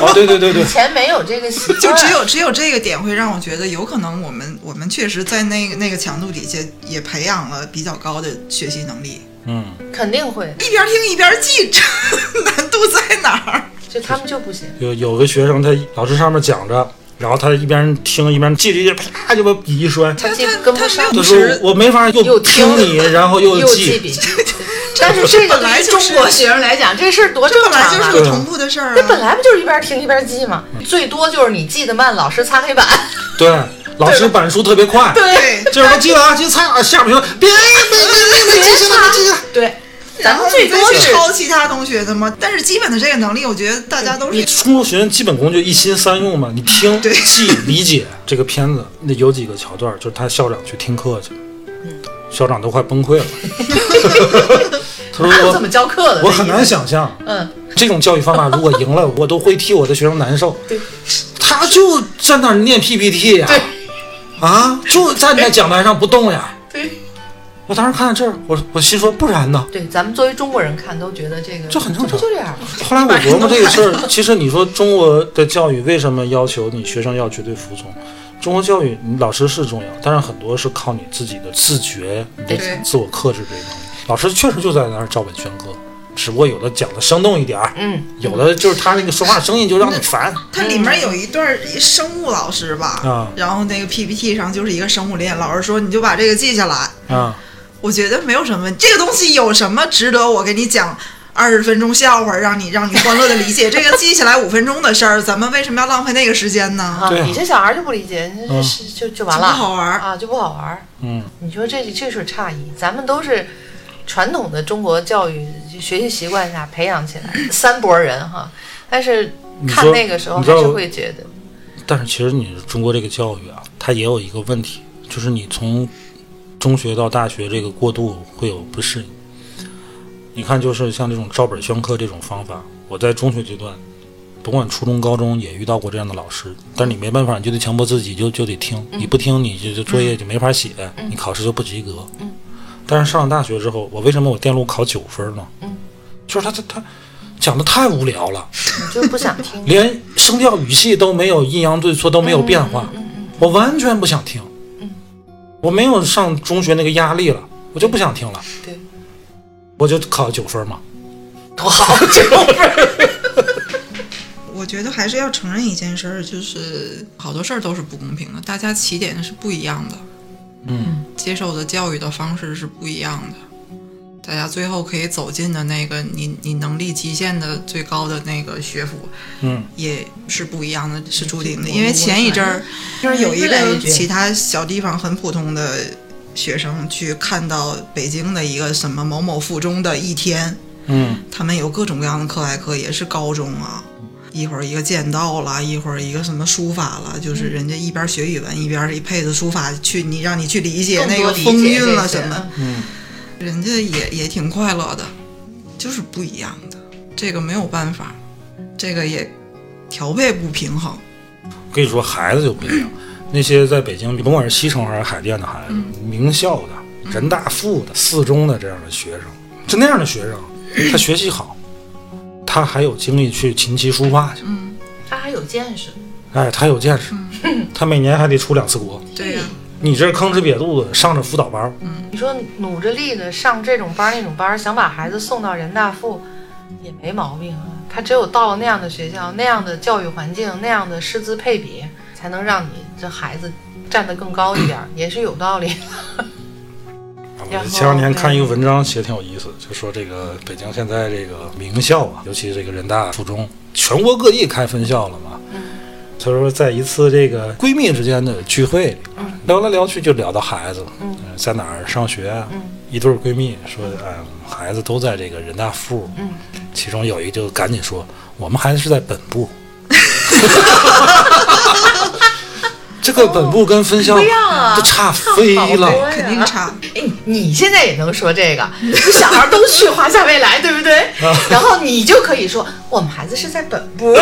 Speaker 1: 哦，对对对对
Speaker 4: 以，前没有这个习惯，
Speaker 2: 就只有只有这个点会让我觉得，有可能我们我们确实在那个那个强度底下也培养了比较高的学习能力，
Speaker 1: 嗯，
Speaker 4: 肯定会，
Speaker 2: 一边听一边记，这 难度在哪儿？
Speaker 4: 就他们就不行。
Speaker 1: 有有个学生他老师上面讲着，然后他一边听一边记着记着，啪就把笔一摔。
Speaker 4: 他记
Speaker 2: 他
Speaker 4: 跟不
Speaker 2: 他
Speaker 4: 上
Speaker 2: 没
Speaker 1: 他
Speaker 2: 有
Speaker 1: 说
Speaker 2: 当时
Speaker 1: 我没法又
Speaker 4: 又
Speaker 1: 听
Speaker 4: 听
Speaker 1: 你，然后又
Speaker 4: 又
Speaker 1: 记。
Speaker 4: 笔 记， 但是这个对于中国学生来讲，这事儿多
Speaker 2: 这
Speaker 4: 正
Speaker 2: 本
Speaker 4: 常
Speaker 2: 来
Speaker 4: 啊！
Speaker 2: 就是嗯个同步的事儿
Speaker 4: 这本
Speaker 2: 啊。
Speaker 4: 来不就是一边听一边记吗？最多就是你记得慢，老师擦黑板。
Speaker 1: 对，老师板书特别快。
Speaker 2: 对，
Speaker 1: 这时候记了啊，记擦啊，下面说别别别别别，记下来记下来。
Speaker 4: 对， 咱
Speaker 2: 然后
Speaker 4: 们最
Speaker 2: 你再
Speaker 4: 多
Speaker 2: 去
Speaker 4: 是
Speaker 2: 抄其他同学的嘛。但是基本的这个能力，我觉得大家都
Speaker 1: 你
Speaker 2: 是。
Speaker 1: 初中学生基本功就一心三用嘛，你听、
Speaker 2: 对
Speaker 1: 记、理解这个片子。那有几个桥段，就是他校长去听课去，
Speaker 4: 嗯
Speaker 1: 校长都快崩 溃了。他
Speaker 4: 哪
Speaker 1: 说
Speaker 4: 有这么
Speaker 1: 我
Speaker 4: 教课的？
Speaker 1: 我很难。想象
Speaker 4: 嗯，
Speaker 1: 这种教育方法如果赢了，我都会替我的学生难受。
Speaker 4: 对，
Speaker 1: 他就站那儿念 PPT 呀、
Speaker 4: 对
Speaker 1: 啊，就站在讲台上不动呀。
Speaker 4: 对
Speaker 1: 我当时看到这儿，我我心说不然呢？
Speaker 4: 对，咱们作为中国人看都觉得这个
Speaker 1: 这很正常啊
Speaker 4: 不就这样吗？啊
Speaker 1: 后来我琢磨这个事 儿，其实你说中国的教育为什么要求你学生要绝对服从？中国教育，你老师是重要，但是很多是靠你自己的自觉、你的
Speaker 2: 对
Speaker 1: 自我克制这个能力。老师确实就在那儿照本宣科， 只不过有的讲的生动一点儿，
Speaker 4: 嗯，
Speaker 1: 有的就是他那个说话声音就让你烦。
Speaker 2: 它里面有一段生物老师吧，
Speaker 1: 啊
Speaker 2: 然后那个 PPT 上就是一个生物链，老师说你就把这个记下来。
Speaker 1: 啊，
Speaker 2: 我觉得没有什么问题，这个东西有什么值得我给你讲二十分钟笑话，让你让你欢乐的理解？这个记起来五分钟的事儿，咱们为什么要浪费那个时间呢？
Speaker 4: 啊，
Speaker 1: 对啊
Speaker 4: 你这小孩就不理解，你
Speaker 1: 嗯
Speaker 4: 这是就就完
Speaker 2: 就
Speaker 4: 了，
Speaker 2: 不好玩儿
Speaker 4: 啊，就不好玩儿。
Speaker 1: 嗯，
Speaker 4: 你说这这是差异，咱们都是传统的中国教育学习习惯下培养起来的三拨人哈，但是
Speaker 1: 你
Speaker 4: 看
Speaker 1: 说
Speaker 4: 那个时候
Speaker 1: 你
Speaker 4: 还
Speaker 1: 知道
Speaker 4: 是会觉得，
Speaker 1: 但是其实你中国这个教育啊，它也有一个问题，就是你从中学到大学这个过渡会有不适应。你看，就是像这种照本宣科这种方法，我在中学阶段，甭管初中、高中也遇到过这样的老师，但你没办法，你就得强迫自己就就得听，你不听你就就作业就没法写，你考试就不及格。但是上了大学之后，我为什么我电路考九分呢？就是他他他讲的太无聊了。
Speaker 4: 你就不想听。
Speaker 1: 连声调语气都没有阴阳对错，都没有变化，我完全不想听。我没有上中学那个压力了，我就不想听了。
Speaker 4: 对，
Speaker 1: 我就考九分嘛。
Speaker 4: 多好，这种味儿
Speaker 2: 我觉得还是要承认一件事儿，就是好多事儿都是不公平的，大家起点是不一样的，
Speaker 1: 嗯，
Speaker 2: 接受的教育的方式是不一样的。大家最后可以走进的那个你你能力极限的最高的那个学府，
Speaker 1: 嗯，
Speaker 2: 也是不一样的，是注定的。
Speaker 4: 我
Speaker 2: 因为前一阵儿， 就是有一
Speaker 4: 越来越
Speaker 2: 个
Speaker 4: 觉得
Speaker 2: 其他小地方很普通的学生去看到北京的一个什么某某附中的一天，
Speaker 1: 嗯，
Speaker 2: 他们有各种各样的课外课，也是高中啊，一会儿一个剑道啦，一会儿一个什么书法啦，就是人家一边学语文一边一配着书法去，你让你去理解
Speaker 4: 更
Speaker 2: 那
Speaker 4: 多
Speaker 2: 个
Speaker 4: 理
Speaker 2: 风
Speaker 4: 解
Speaker 2: 韵
Speaker 4: 这
Speaker 2: 了
Speaker 4: 些
Speaker 2: 什么。
Speaker 4: 嗯
Speaker 2: 人家也也挺快乐的，就是不一样的，这个没有办法，这个也调配不平衡。
Speaker 1: 可以说孩子就不一样。那些在北京，甭管是西城还是海淀的孩子，名校的、人大附的、四中的这样的学生，就那样的学生，他学习好，他还有精力去琴棋书画去，
Speaker 4: 他还有见识，
Speaker 1: 哎，他有见识，他每年还得出两次国。
Speaker 2: 对呀、
Speaker 1: 你这吭哧瘪肚子上着辅导班儿，
Speaker 4: 你说努着力的上这种班儿那种班儿，想把孩子送到人大附，也没毛病啊。他只有到了那样的学校、那样的教育环境、那样的师资配比，才能让你这孩子站得更高一点儿，也是有道理。然
Speaker 1: 啊我
Speaker 4: 后
Speaker 1: 前两天看一个文章，写得挺有意思，就说这个北京现在这个名校啊，尤其这个人大附中，全国各地开分校了嘛。
Speaker 4: 嗯
Speaker 1: 他说在一次这个闺蜜之间的聚会里，
Speaker 4: 嗯
Speaker 1: 聊来聊去就聊到孩子，嗯、在哪儿上学啊？
Speaker 4: 嗯
Speaker 1: 一对儿闺蜜说，哎，我们孩子都在这个人大附，嗯、其中有一个就赶紧说，我们孩子是在本 部。 这个本部跟分校
Speaker 4: 不一样啊
Speaker 1: 就差飞
Speaker 4: 差好
Speaker 1: 了，
Speaker 4: 多呀
Speaker 2: 肯定差。
Speaker 4: 哎，你现在也能说这个，你小孩都去华夏未来，对不对？然后你就可以说我们孩子是在本部，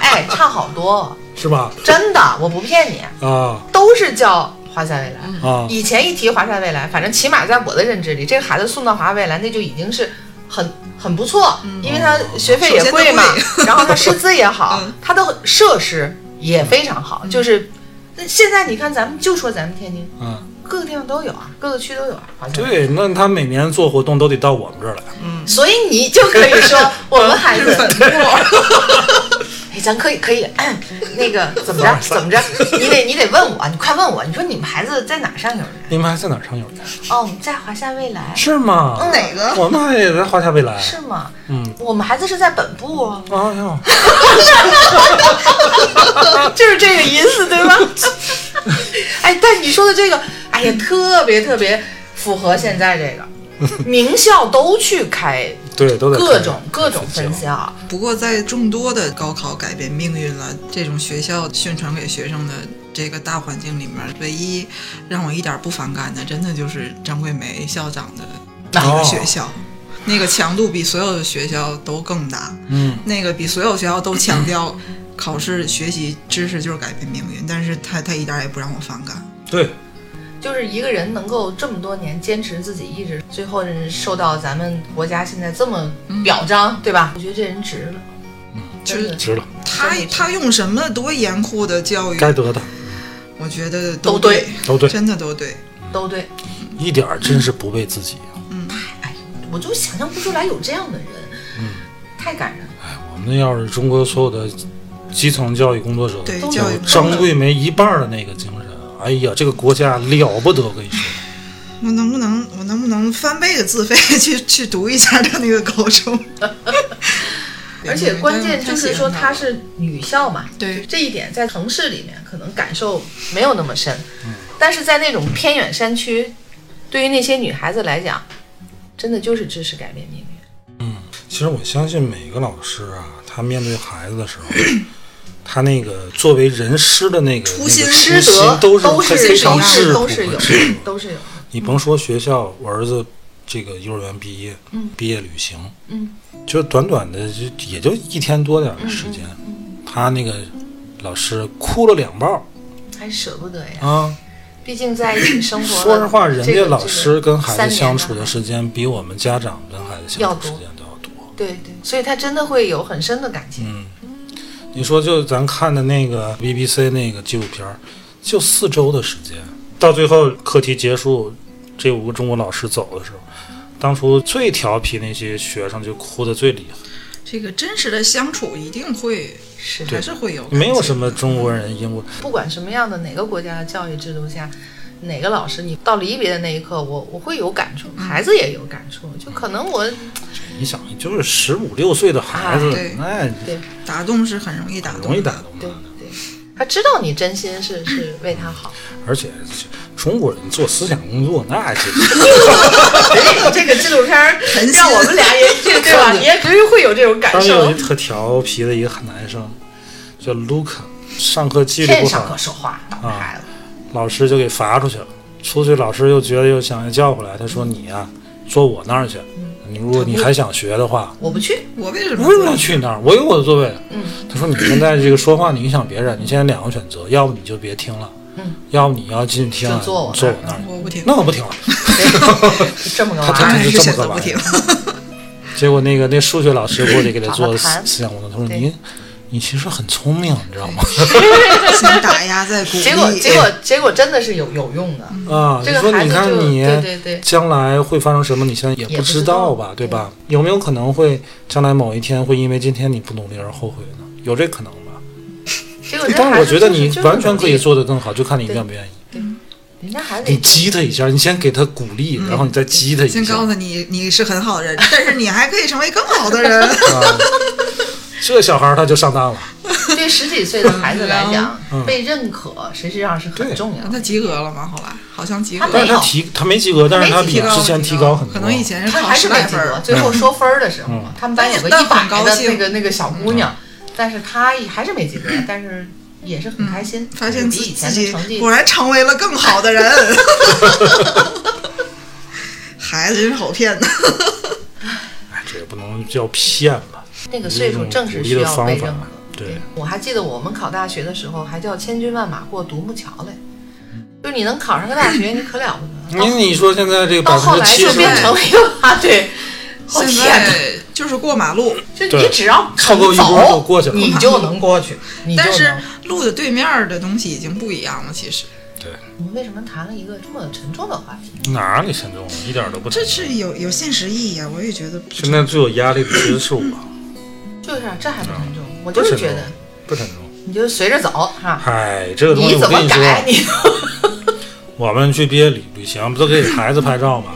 Speaker 4: 哎，差好多，
Speaker 1: 是吧？
Speaker 4: 真的，我不骗你，
Speaker 1: 啊
Speaker 4: 都是叫华夏未来。
Speaker 1: 啊！
Speaker 4: 以前一提华夏未来，反正起码在我的认知里，这个孩子送到华夏未来，那就已经是很很不错，因为他学费也贵嘛， 然后他师资也好，他的设施也非常好。就是那现在你看，咱们就说咱们天津，
Speaker 1: 嗯，
Speaker 4: 各个地方都有啊，各个区都有啊，华夏。，
Speaker 1: 对，那他每年做活动都得到我们这儿来，
Speaker 4: 所以你就可以说嗯 我们孩子。 哎，咱可以可以， 那个怎么着怎么着，你得你得问我，你快问我，你说你们孩子在哪上幼儿园？
Speaker 1: 你们还在哪儿上幼儿园？
Speaker 4: 哦，我们在华夏未来。
Speaker 1: 是吗？
Speaker 4: 哪个？
Speaker 1: 啊我们也在华夏未来。
Speaker 4: 是吗？
Speaker 1: 嗯，
Speaker 4: 我们孩子是在本部啊，
Speaker 1: 哎呦，
Speaker 4: 啊就是这个意思，对吧？ 哎，但你说的这个，哎呀，特别特别符合现在这 个，名校都去开
Speaker 1: 对，都在
Speaker 4: 各
Speaker 1: 看
Speaker 4: 种各种分。校，
Speaker 2: 不过，在众多的高考改变命运了这种学校宣传给学生的这个大环境里面，唯一让我一点不反感的，真的就是张桂梅校长的
Speaker 1: 哦
Speaker 2: 那个学校，那个强度比所有的学校都更大，
Speaker 1: 嗯，
Speaker 2: 那个比所有学校都强调考试学习知识就是改变命运，但是他他一点也不让我反感。
Speaker 1: 对，
Speaker 4: 就是一个人能够这么多年坚持自己意志，最后受到咱们国家现在这么表彰，对吧？我觉得这人值了，
Speaker 2: 就是
Speaker 4: 真的
Speaker 1: 值了，
Speaker 2: 他
Speaker 4: 真的是
Speaker 2: 他用什么多严酷的教育，
Speaker 1: 该得的
Speaker 2: 我觉得
Speaker 4: 都
Speaker 2: 对，
Speaker 1: 都对，
Speaker 2: 真的都对。
Speaker 4: 都对。
Speaker 1: 一点儿真是不为自己。啊
Speaker 4: 我就想象不出来有这样的人，太感人了。
Speaker 1: 我们要是中国所有的基层教育工作者，
Speaker 2: 对
Speaker 4: 都
Speaker 2: 教育
Speaker 1: 有
Speaker 2: 部
Speaker 1: 张桂梅一半儿的那个精神，哎呀，这个国家了不得，我跟你说。
Speaker 2: 我能不能我能不能翻倍的自费 去去读一下他那个高中？
Speaker 4: 而且关键就是说她
Speaker 2: 他
Speaker 4: 是女校嘛，
Speaker 2: 对
Speaker 4: 这一点在城市里面可能感受没有那么深，但是在那种偏远山区，对于那些女孩子来讲，真的就是知识改变命运。
Speaker 1: 其实我相信每个老师啊，他面对孩子的 时候，他那个作为人师的那个
Speaker 2: 初心
Speaker 1: 那个
Speaker 4: 师
Speaker 1: 心
Speaker 4: 德
Speaker 1: 都
Speaker 4: 都
Speaker 1: 是
Speaker 4: 是
Speaker 1: 非常
Speaker 4: 都
Speaker 1: 质
Speaker 4: 是
Speaker 1: 朴
Speaker 4: 都是
Speaker 1: 的
Speaker 4: 有的。都是有的。
Speaker 1: 你甭说学校，我儿子这个幼儿园毕业，毕业旅行，
Speaker 4: 嗯
Speaker 1: 就短短的就也就一天多点儿的时间，
Speaker 4: 嗯
Speaker 1: 他那个老师哭了两抱
Speaker 4: 还舍不得呀，
Speaker 1: 啊。
Speaker 4: 毕竟在一起生活了。
Speaker 1: 说实话，人
Speaker 4: 哎这
Speaker 1: 家
Speaker 4: 个
Speaker 1: 老师跟孩子相处，
Speaker 4: 这
Speaker 1: 的
Speaker 4: 个三年
Speaker 1: 时间比我们家长跟孩子相处时间都要多。
Speaker 4: 啊对对，所以他真的会有很深的感情。
Speaker 1: 嗯你说，就咱看的那个 BBC 那个纪录片儿，就四周的时间，到最后课题结束，这五个中国老师走的时候，当初最调皮那些学生就哭得最厉害。
Speaker 2: 这个真实的相处一定会
Speaker 4: 是
Speaker 2: 还是会有感情，
Speaker 1: 没有什么中国人、英国，
Speaker 4: 不管什么样的哪个国家的教育制度下，哪个老师，你到离别的那一刻，我我会有感
Speaker 1: 嗯
Speaker 4: 触，孩子也有感触，就可能我
Speaker 1: 你想，就是十五六岁的孩子
Speaker 2: 啊对，
Speaker 1: 那
Speaker 4: 对
Speaker 2: 打动是很容易打动，
Speaker 1: 容易打。动
Speaker 4: 对
Speaker 1: 的。
Speaker 4: 对，
Speaker 1: 嗯
Speaker 4: 他知道你真心是是为 他好，
Speaker 1: 而且中国人做思想工作，那 是
Speaker 4: 哎这个纪录片儿
Speaker 2: 心
Speaker 4: 让我们俩也对对吧？你也绝对会有这种感
Speaker 1: 当时有
Speaker 4: 受
Speaker 1: 一。特调皮的一个男生，叫卢卡，上课纪律
Speaker 4: 天
Speaker 1: 不嗯
Speaker 4: 上
Speaker 1: 好
Speaker 4: 课，说话，当孩子
Speaker 1: 老师就给罚出去了。出去老师又觉得又想要叫回来，他说你呀、坐我那儿去，你如果你还想学的话，
Speaker 4: 我嗯不去，
Speaker 2: 我为什么
Speaker 1: 为什么要去你那儿？我有我的座位。
Speaker 4: 嗯，
Speaker 1: 他说你现在这个说话你影响别人，你现在两个选择，要不你就别听了，
Speaker 4: 嗯，
Speaker 1: 要不你要进去听啊，
Speaker 4: 就坐我
Speaker 1: 坐我
Speaker 4: 那
Speaker 1: 那儿去。
Speaker 2: 我不听？
Speaker 1: 那我不 听了。
Speaker 4: 这么个玩
Speaker 1: 他
Speaker 2: 当
Speaker 4: 意
Speaker 1: 真
Speaker 4: 儿。
Speaker 2: 然
Speaker 1: 是这
Speaker 2: 是
Speaker 1: 么
Speaker 2: 选
Speaker 1: 个
Speaker 2: 择
Speaker 1: 玩
Speaker 2: 不
Speaker 1: 意
Speaker 2: 听。
Speaker 1: 结果那个那数学老师我得给他做
Speaker 4: 找他谈
Speaker 1: 思思想工作，他说
Speaker 4: 对
Speaker 1: 你你其实很聪明，你知道吗？
Speaker 2: 先打压再鼓励。
Speaker 4: 结果结
Speaker 1: 哎
Speaker 4: 果结果真的是有有用的，
Speaker 1: 啊，
Speaker 4: 嗯这
Speaker 1: 你
Speaker 4: 个
Speaker 1: 说
Speaker 4: 孩
Speaker 1: 你
Speaker 4: 子
Speaker 1: 看
Speaker 4: 就
Speaker 1: 你
Speaker 4: 对对对
Speaker 1: 将来会发生什么，你现在
Speaker 4: 也
Speaker 1: 也
Speaker 4: 不
Speaker 1: 不
Speaker 4: 知
Speaker 1: 知
Speaker 4: 道
Speaker 1: 道吧，对吧？有没有可能会将来某一天会因为今天你不努力而后悔呢？有这可能吧？
Speaker 4: 结果人家
Speaker 1: 但
Speaker 4: 孩
Speaker 1: 我
Speaker 4: 子
Speaker 1: 觉得
Speaker 4: 就是
Speaker 1: 你
Speaker 4: 就是
Speaker 1: 完全
Speaker 4: 努
Speaker 1: 可以
Speaker 4: 力，
Speaker 1: 做得更好，就看你愿不愿意。
Speaker 4: 人家孩子
Speaker 1: 你
Speaker 4: 也
Speaker 1: 激他一下，你先给他鼓励，
Speaker 4: 嗯
Speaker 1: 然后你再激他一
Speaker 2: 先
Speaker 1: 下。
Speaker 2: 告诉你 你是很好的人，但是你还可以成为更好 的人。
Speaker 1: 啊，这小孩儿他就上当了。
Speaker 4: 对十几岁的孩子来讲，
Speaker 1: 嗯
Speaker 4: 被认可实际上是很
Speaker 1: 对
Speaker 4: 重要
Speaker 2: 他
Speaker 4: 的。
Speaker 2: 及格了吗？后来好像及格
Speaker 4: 他
Speaker 1: 但是
Speaker 4: 没
Speaker 1: 他
Speaker 4: 有
Speaker 2: 了，
Speaker 1: 提他没及格，但是他比
Speaker 4: 没及格
Speaker 1: 之前提高很多。
Speaker 2: 可能以前是
Speaker 4: 他
Speaker 2: 考
Speaker 4: 还
Speaker 2: 十
Speaker 4: 是没
Speaker 2: 来
Speaker 4: 及
Speaker 2: 分儿
Speaker 4: 格，，最后说分儿的时候，
Speaker 1: 嗯
Speaker 4: 他们班有个
Speaker 2: 但
Speaker 4: 一
Speaker 2: 也但
Speaker 4: 百
Speaker 2: 很高
Speaker 4: 的那
Speaker 2: 兴
Speaker 4: 个那个小姑娘，但是她也还是没及格，
Speaker 1: 嗯
Speaker 4: 但是也是很开心，
Speaker 2: 嗯发现
Speaker 4: 比
Speaker 2: 自
Speaker 4: 以
Speaker 2: 自
Speaker 4: 前的
Speaker 2: 己
Speaker 4: 成绩
Speaker 2: 果然成为了更好的人。 孩子真是好骗的，
Speaker 1: 哎，这也不能叫骗吧？
Speaker 4: 那个岁数正是
Speaker 1: 鼓励
Speaker 4: 需
Speaker 1: 的
Speaker 4: 要
Speaker 1: 方
Speaker 4: 被
Speaker 1: 法
Speaker 4: 认可。
Speaker 1: 对，
Speaker 4: 我还记得我们考大学的时候，还叫千军万马过独木桥嘞，就是你能考上个大学，你可了不得
Speaker 1: 因
Speaker 4: 了。
Speaker 1: 为嗯你说现在这个
Speaker 4: 到
Speaker 1: 百
Speaker 4: 哦后
Speaker 1: 分
Speaker 4: 来
Speaker 1: 之七
Speaker 4: 就
Speaker 1: 十
Speaker 4: 变成了一个啊，对，我
Speaker 2: 现
Speaker 4: 天哪！
Speaker 2: 在就是过马路，
Speaker 4: 就你
Speaker 1: 对
Speaker 4: 只要
Speaker 1: 凑够一
Speaker 4: 肯
Speaker 1: 波
Speaker 4: 走
Speaker 1: 就过去了
Speaker 4: 你就能过去。你就
Speaker 2: 但是
Speaker 4: 能
Speaker 2: 路的对面儿的东西已经不一样了。其实
Speaker 4: 我们为什么谈了一个这么沉重的话题？
Speaker 1: 哪里沉重了？一点儿都不沉
Speaker 2: 这
Speaker 1: 重。
Speaker 2: 是有有现实意义啊，我也觉得不
Speaker 1: 现在最有压力的其实是我，
Speaker 4: 就是啊这还不沉重，我
Speaker 1: 不
Speaker 4: 就是
Speaker 1: 沉
Speaker 4: 觉
Speaker 1: 重
Speaker 4: 得，
Speaker 1: 不沉重。
Speaker 4: 你就随着走哈，
Speaker 1: 哎，这个东西
Speaker 4: 你
Speaker 1: 我
Speaker 4: 怎
Speaker 1: 跟
Speaker 4: 么
Speaker 1: 你说，
Speaker 4: 改你
Speaker 1: 我们去毕业旅旅行，不都给孩子拍照吗？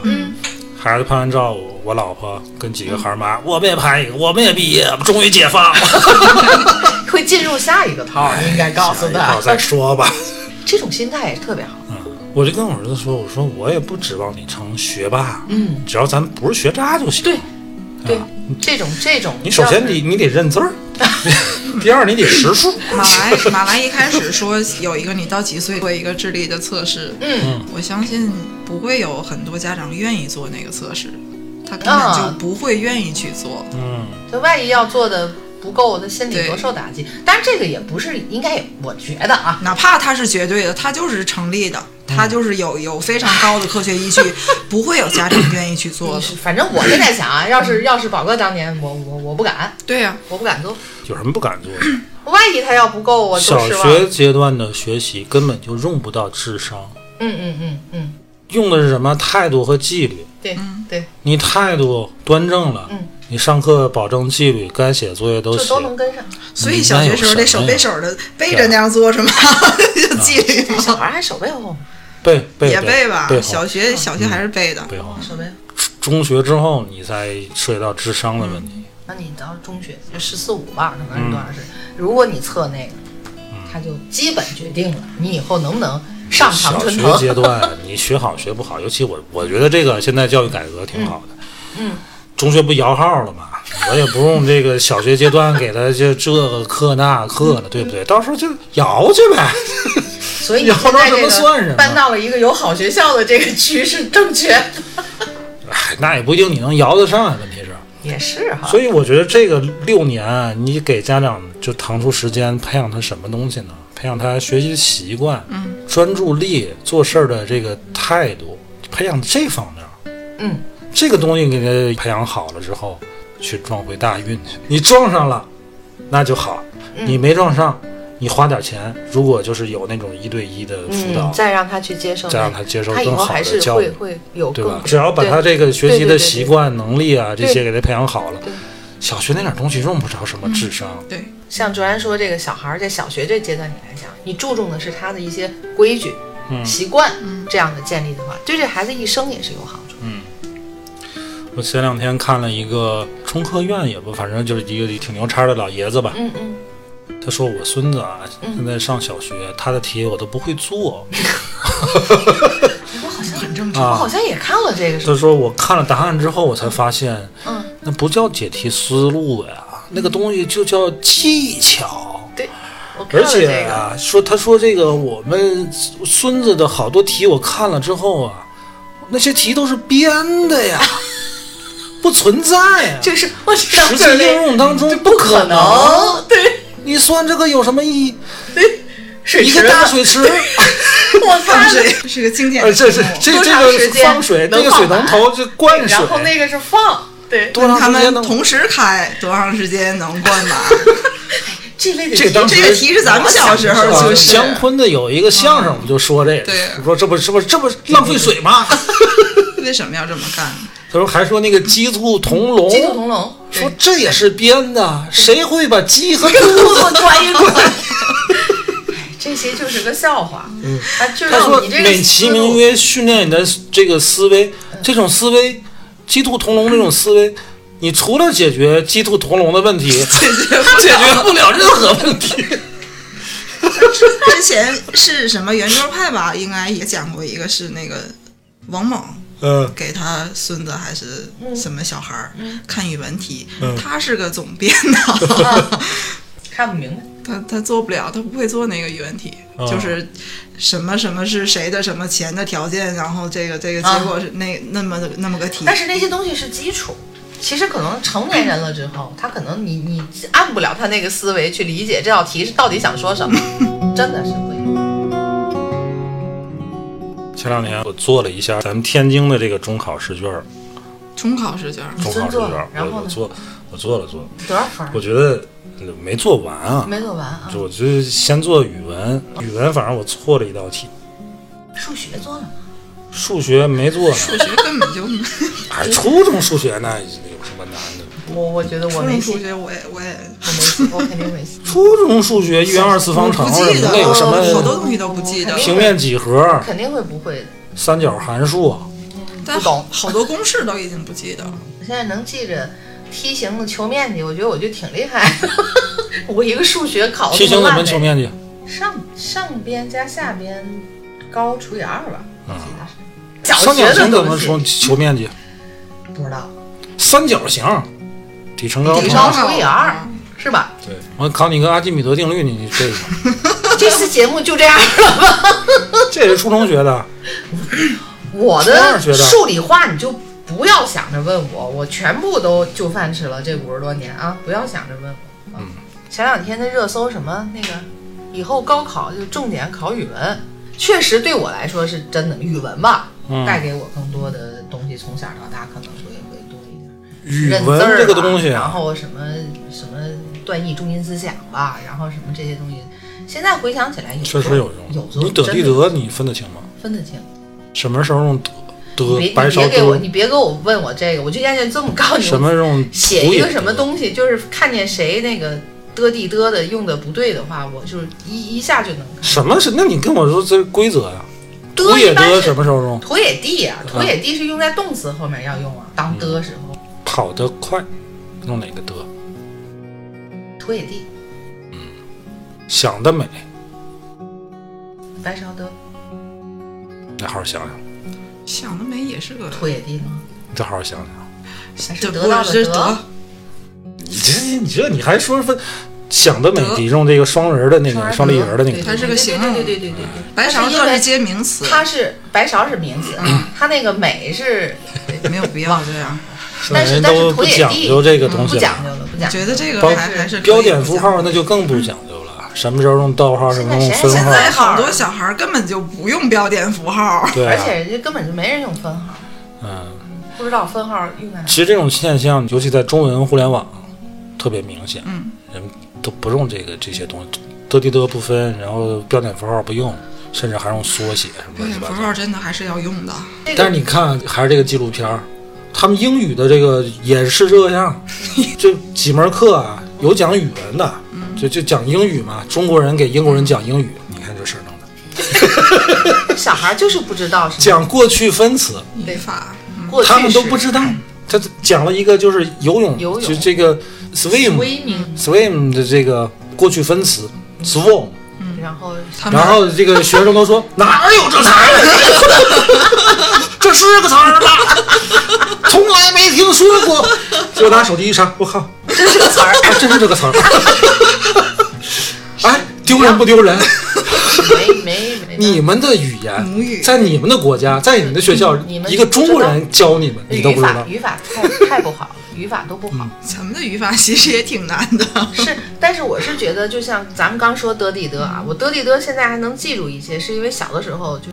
Speaker 1: 孩子拍完照，我我老婆跟几个孩儿妈，我们也拍一个，我们也毕业，终于解放 了。
Speaker 4: 会进入下一个套，你应该告诉
Speaker 1: 哎一会
Speaker 4: 他
Speaker 1: 儿，再说吧。
Speaker 4: 这种心态也特别好。
Speaker 1: 我就跟我儿子说，我说我也不指望你成学霸，
Speaker 4: 嗯，
Speaker 1: 只要咱不是学渣就行。
Speaker 4: 对对
Speaker 1: 啊，
Speaker 4: 这种这种，
Speaker 1: 你首先
Speaker 4: 要是
Speaker 1: 你你得认字 儿，第二你得识数。
Speaker 2: 马来马来一开始说有一个你到几岁做一个智力的测试，
Speaker 4: 嗯，
Speaker 2: 我相信不会有很多家长愿意做那个测试，他根本
Speaker 4: 啊
Speaker 2: 就不会愿意去做。
Speaker 1: 嗯，
Speaker 4: 这万一要做的不够，他心里
Speaker 2: 对
Speaker 4: 多受打击。但是这个也不是应该也，我觉得啊，
Speaker 2: 哪怕它是绝对的，它就是成立的，
Speaker 1: 嗯
Speaker 2: 它就是有有非常高的科 学依据，不会有家长愿意去做
Speaker 1: 嗯
Speaker 2: 的。
Speaker 4: 反正我是在想啊，要是要是宝哥当年，我我我不敢，
Speaker 2: 对啊呀、
Speaker 4: 我不敢做。
Speaker 1: 有什么不敢做的？
Speaker 4: 万一他要不够，我就
Speaker 1: 小
Speaker 4: 失望。
Speaker 1: 学阶段的学习根本就用不到智商，
Speaker 4: 嗯嗯嗯嗯，
Speaker 1: 用的是什么态度和纪律。
Speaker 4: 对对，
Speaker 1: 你态度端正了，
Speaker 4: 嗯
Speaker 1: 你上课保证纪律，该写作业都
Speaker 4: 就
Speaker 1: 写
Speaker 4: 都。能跟上。
Speaker 1: 嗯
Speaker 2: 所以小学时候得手背手的背着那样做是吗？
Speaker 1: 啊
Speaker 2: 就纪律
Speaker 4: 这
Speaker 2: 吗
Speaker 4: 小孩还哦手背后，
Speaker 1: 背背
Speaker 2: 也
Speaker 1: 背
Speaker 2: 背吧
Speaker 1: 背，啊好嗯
Speaker 2: 小学小学还是背的。
Speaker 1: 背好。
Speaker 4: 手背后。
Speaker 1: 中学之后，你再涉及到智商的问题。
Speaker 4: 那你到中学就十四五吧，可能是多少是？
Speaker 1: 嗯
Speaker 4: 如果你测那个，他就基本决定了你以后能不能上长
Speaker 1: 小
Speaker 4: 春
Speaker 1: 学
Speaker 4: 藤。
Speaker 1: 阶段， 你学好学不好，尤其我我觉得这个现在教育改革挺好的。
Speaker 4: 嗯，
Speaker 1: 中学不摇号了吗？ 我也不用这个小学阶段给他就这个课那课的，对不对？到时候就摇去呗。
Speaker 4: 所以你现在
Speaker 1: 以后
Speaker 4: 这
Speaker 1: 什么算什
Speaker 4: 个
Speaker 1: 么
Speaker 4: 搬到了一个有好学校的这个区是正确的。
Speaker 1: 哎，那也不一定你能摇得上啊，问题是。
Speaker 4: 也是哈，
Speaker 1: 所以我觉得这个六年啊，你给家长就腾出时间培养他什么东西呢？培养他学习的习惯、
Speaker 2: 嗯
Speaker 1: 专注力、做事儿的这个态度，培养这方面儿。
Speaker 4: 嗯，
Speaker 1: 这个东西给他培养好了之后，去撞回大运去。你撞上了，那就好；
Speaker 4: 嗯
Speaker 1: 你没撞上，你花点钱，如果就是有那种一对一的辅导，
Speaker 4: 嗯，再让他去接受那个，
Speaker 1: 再让他接受
Speaker 4: 他以
Speaker 1: 更
Speaker 4: 后
Speaker 1: 好
Speaker 4: 还
Speaker 1: 的
Speaker 4: 是
Speaker 1: 教
Speaker 4: 会
Speaker 1: 育。
Speaker 4: 会有
Speaker 1: 对吧
Speaker 4: 更？
Speaker 1: 只要把他这个学习的习惯、能力啊
Speaker 4: 对
Speaker 1: 这些给他培养好了
Speaker 4: 对，嗯
Speaker 1: 小学那点东西用不着什么智商。
Speaker 2: 对，
Speaker 4: 像卓然说，这个小孩儿在小学这阶段，你来讲，你注重的是他的一些规矩、
Speaker 1: 嗯
Speaker 4: 习惯
Speaker 2: 嗯
Speaker 4: 这样的建立的话，对这孩子一生也是有好处。
Speaker 1: 我前两天看了一个中科院也不，反正就是一个挺牛叉的老爷子吧，
Speaker 4: 嗯嗯，
Speaker 1: 他说我孙子啊
Speaker 4: 嗯
Speaker 1: 现在上小学，他的题我都不会 做。
Speaker 4: 我好像
Speaker 2: 很正常。
Speaker 4: 我
Speaker 1: 啊
Speaker 4: 好像也看了这个，
Speaker 1: 他说我看了答案之后，我才发现
Speaker 4: 嗯，
Speaker 1: 那不叫解题思路呀，那个东西就叫技巧。
Speaker 4: 对，我
Speaker 1: 而
Speaker 4: 嗯看了这
Speaker 1: 且
Speaker 4: 个
Speaker 1: 啊，说他说这个我们孙子的好多题我看了之后啊，那些题都是编的 呀，不存在呀，
Speaker 4: 就是我知道
Speaker 1: 实际
Speaker 4: 这类
Speaker 1: 应用当中
Speaker 4: 这
Speaker 1: 不可能。
Speaker 4: 对
Speaker 1: 你算这个有什么意义？
Speaker 4: 水
Speaker 1: 一
Speaker 4: 池
Speaker 1: 个大
Speaker 4: 呢，
Speaker 1: 水池，
Speaker 4: 我
Speaker 2: 放
Speaker 4: 看
Speaker 2: 水
Speaker 4: 了，
Speaker 2: 这是个经典
Speaker 1: 呃，
Speaker 2: 的
Speaker 1: 这
Speaker 2: 题
Speaker 1: 这
Speaker 2: 目。
Speaker 1: 这这
Speaker 4: 多长时
Speaker 1: 个
Speaker 4: 间
Speaker 1: 放水，
Speaker 4: 能
Speaker 1: 那个
Speaker 4: 放
Speaker 1: 水龙
Speaker 4: 满
Speaker 1: 头就灌水
Speaker 4: 然，后那个是放，对，
Speaker 1: 多长
Speaker 2: 他
Speaker 1: 时间
Speaker 2: 们
Speaker 1: 能？
Speaker 2: 同时开多长时间能灌满？
Speaker 4: 这类的
Speaker 1: 这个当时
Speaker 2: 这个题是咱们小时候
Speaker 1: 啊
Speaker 2: 就是
Speaker 1: 姜昆的有一个相声，我们就说这个，
Speaker 2: 对
Speaker 1: 我说这不是不是这不是浪费水 吗？
Speaker 2: 为什么要这么干？
Speaker 1: 他说还说那个鸡兔同笼，
Speaker 4: 鸡兔同笼，
Speaker 1: 哦说这也是编的，谁会把鸡和兔
Speaker 4: 兔
Speaker 1: 子
Speaker 4: 子关一 关。哎这些就是个笑话，嗯，啊，就
Speaker 1: 他说
Speaker 4: 让你这个
Speaker 1: 美其名曰训练你的这个思维，这种思维，鸡兔同笼这种思维，你除了解决鸡兔同笼的问题， 解决不了任何问题。
Speaker 2: 之前是什么圆桌派吧，应该也讲过一个是那个王猛
Speaker 1: 嗯，
Speaker 2: 给他孙子还是
Speaker 4: 嗯
Speaker 2: 什么小孩儿、看语文题，
Speaker 1: 嗯
Speaker 2: 他是个总编 的，
Speaker 4: 嗯看不明白，
Speaker 2: 他他做不了，他不会做那个语文题，
Speaker 1: 哦
Speaker 2: 就是什么什么是谁的什么钱的条件，然后这个这个结果是那、那么那么个题，
Speaker 4: 啊但是那些东西是基础。其实可能成年人了之后，他可能你你按不了他那个思维去理解这道题是到底想说什么，真的是不一样。
Speaker 1: 前两天我做了一下咱们天津的这个中考试卷儿，
Speaker 2: 中考试卷儿
Speaker 1: 中考试卷 儿，
Speaker 4: 你真做了然后
Speaker 1: 我
Speaker 4: 呢
Speaker 1: 我做我做了做，
Speaker 4: 多少分儿？
Speaker 1: 我觉得呃没做完啊，
Speaker 4: 没做完啊
Speaker 1: 就，我就先做语文，语文反正我错了一道题，
Speaker 4: 数学做了吗？
Speaker 1: 数学没做呢。
Speaker 2: 数学 根本就初
Speaker 1: 哎，初中数学那有什么难的？，
Speaker 4: 我我觉得我没
Speaker 2: 中
Speaker 4: 戏
Speaker 2: 数，学我也我也
Speaker 4: 我没戏，我肯定没戏
Speaker 1: 初中数学一元二次方程
Speaker 2: 不
Speaker 1: 什
Speaker 2: 记
Speaker 1: 么
Speaker 2: 得
Speaker 1: 的，有什
Speaker 2: 了，好多
Speaker 1: 么
Speaker 2: 东西都不记得了。
Speaker 1: 平面几何、
Speaker 4: 肯定会不会的。
Speaker 1: 三角函数，
Speaker 2: 但
Speaker 4: 不懂嗯
Speaker 2: 好多公式都已经不记得了。
Speaker 4: 我现在能记着梯形的求面积，我觉得我就挺厉害的。 我一个数学考的
Speaker 1: 梯形怎么求面积？
Speaker 4: 上上边加下边高除以二吧，
Speaker 1: 嗯
Speaker 4: 我记得是。小
Speaker 1: 三
Speaker 4: 学
Speaker 1: 角
Speaker 4: 的
Speaker 1: 形怎么
Speaker 4: 东
Speaker 1: 求
Speaker 4: 西
Speaker 1: 求面积？
Speaker 4: 不知道，
Speaker 1: 三角形，底乘高
Speaker 4: 底
Speaker 1: 乘
Speaker 4: 高除以二嗯是吧？
Speaker 1: 对，我考你个阿基米德定律，你你这 个
Speaker 4: 这次节目就这样了吧。
Speaker 1: 这也是初中学的，
Speaker 4: 我
Speaker 1: 初二
Speaker 4: 的
Speaker 1: 学的
Speaker 4: 数理化你就不要想着问我，我全部都就饭吃了这五十多年啊，不要想着问我。嗯，前两天那热搜什么那个，以后高考就重点考语文，确实对我来说是真的语文吧，
Speaker 1: 嗯
Speaker 4: 带给我更多的东西，从小到大可能会会多一点。
Speaker 1: 语
Speaker 4: 认字
Speaker 1: 文
Speaker 4: 儿
Speaker 1: 这个
Speaker 4: 吧
Speaker 1: 东西
Speaker 4: 然
Speaker 1: 啊，
Speaker 4: 后什么什么断义中心思想吧，然后什么这些东西，现在回想起来有
Speaker 1: 确实
Speaker 4: 候
Speaker 1: 有
Speaker 4: 有
Speaker 1: 用。
Speaker 4: 时候
Speaker 1: 你得
Speaker 4: 真
Speaker 1: 地
Speaker 4: 的
Speaker 1: 得你分得清吗？
Speaker 4: 分得清。
Speaker 1: 什么时候用得
Speaker 4: 别
Speaker 1: 得
Speaker 4: 你
Speaker 1: 白勺
Speaker 4: 别给我，
Speaker 1: 得？
Speaker 4: 你别给我问我这个，我就现在这么告诉你，
Speaker 1: 什么时候用
Speaker 4: 写一
Speaker 1: 图也
Speaker 4: 个什么
Speaker 1: 得
Speaker 4: 东西，就是看见谁那个的地的的用的不对的话，我就是一一下就能看。
Speaker 1: 什么是？那你跟我说这规则呀？图
Speaker 4: 的
Speaker 1: 也
Speaker 4: 一般
Speaker 1: 得
Speaker 4: 是
Speaker 1: 什么时候用？
Speaker 4: 土野地啊，土野地是用在动词后面要用啊，
Speaker 1: 嗯
Speaker 4: 当的时候，
Speaker 1: 跑得快，用哪个得？
Speaker 4: 土野地
Speaker 1: 想得美，
Speaker 4: 白勺的
Speaker 1: 你好好想想，
Speaker 2: 想得美也是个，
Speaker 4: 土野地吗？
Speaker 1: 你再好好想想。
Speaker 4: 还是
Speaker 2: 这
Speaker 4: 得到
Speaker 2: 不
Speaker 4: 的
Speaker 2: 是
Speaker 4: 得？
Speaker 1: 你这你这你还说分想得美
Speaker 2: 得
Speaker 1: 比用这个双人儿的那个双立人儿的那
Speaker 4: 对
Speaker 1: 个
Speaker 2: 它是个形
Speaker 4: 对
Speaker 2: 容
Speaker 4: 对对对对对对，
Speaker 2: 白勺
Speaker 4: 是因
Speaker 2: 乐
Speaker 4: 为
Speaker 2: 是接名词，
Speaker 4: 它是白勺是名词，它那个美是，
Speaker 2: 没有必要这样。
Speaker 1: 现在
Speaker 4: 但是
Speaker 1: 人
Speaker 4: 但
Speaker 1: 都
Speaker 4: 是土
Speaker 1: 不
Speaker 4: 野
Speaker 1: 讲
Speaker 4: 地
Speaker 1: 究这个东
Speaker 4: 嗯不
Speaker 1: 西
Speaker 4: 讲
Speaker 1: 了，
Speaker 4: 究了，不讲究
Speaker 2: 觉
Speaker 4: 了。
Speaker 2: 得这个
Speaker 1: 包
Speaker 2: 还还是可以
Speaker 1: 标点符号那就更不讲究了，什么时候用逗号，什么时候用
Speaker 4: 现
Speaker 1: 分
Speaker 4: 在
Speaker 1: 号
Speaker 4: 现，
Speaker 2: 哎，好多小孩儿根本就不用标点符号，
Speaker 1: 对
Speaker 4: 而
Speaker 1: 啊，
Speaker 4: 且人家根本就没人用分号，
Speaker 1: 嗯。
Speaker 4: 不知道分号用在哪。
Speaker 1: 其实这种现象，尤其在中文互联网，特别明显。嗯，人都不用这个这些东西，得地得不分，然后标点符号不用，甚至还用缩写什么
Speaker 2: 标
Speaker 1: 乱七
Speaker 2: 点符
Speaker 1: 八
Speaker 2: 号
Speaker 1: 糟。
Speaker 2: 真的还是要用的。
Speaker 4: 这
Speaker 1: 但是
Speaker 4: 个
Speaker 1: 你看，还是这个纪录片儿，他们英语的这个也是这样， 这几门课啊，有讲语文的，
Speaker 4: 嗯
Speaker 1: 就就讲英语嘛，中国人给英国人讲英语，你看这事儿弄
Speaker 4: 嗯
Speaker 1: 的，
Speaker 4: 小孩就是不知道什么
Speaker 1: 讲过去分词，
Speaker 2: 语法，
Speaker 4: 过去式，
Speaker 1: 他们都不知 道。他讲了一个就是游泳，
Speaker 4: 游泳
Speaker 1: 就这个 swim，
Speaker 4: 微名，
Speaker 1: swim 的这个过去分词 swim，
Speaker 4: 然后
Speaker 2: 他们
Speaker 1: 然后这个学生都说哪有这词儿？啊 这是个词儿吗？从来没听说过。结果拿手机一查，我靠，
Speaker 4: 这是个词儿，
Speaker 1: 还真是这个词儿！哎，丢丢人不丢人？
Speaker 4: 没没没，
Speaker 1: 你们的语
Speaker 2: 母语
Speaker 1: 言，在你们的国家，在你们的学校
Speaker 4: 嗯你，们
Speaker 1: 一个中国人教你们，你都
Speaker 4: 语
Speaker 1: 不知
Speaker 4: 法
Speaker 1: 道。
Speaker 4: 语法太太不好，语法都不好。
Speaker 2: 咱们的语法其实也挺难的。
Speaker 4: 是，但是我是觉得，就像咱们刚说德底德啊，我德底德现在还能记住一些，是因为小的时候就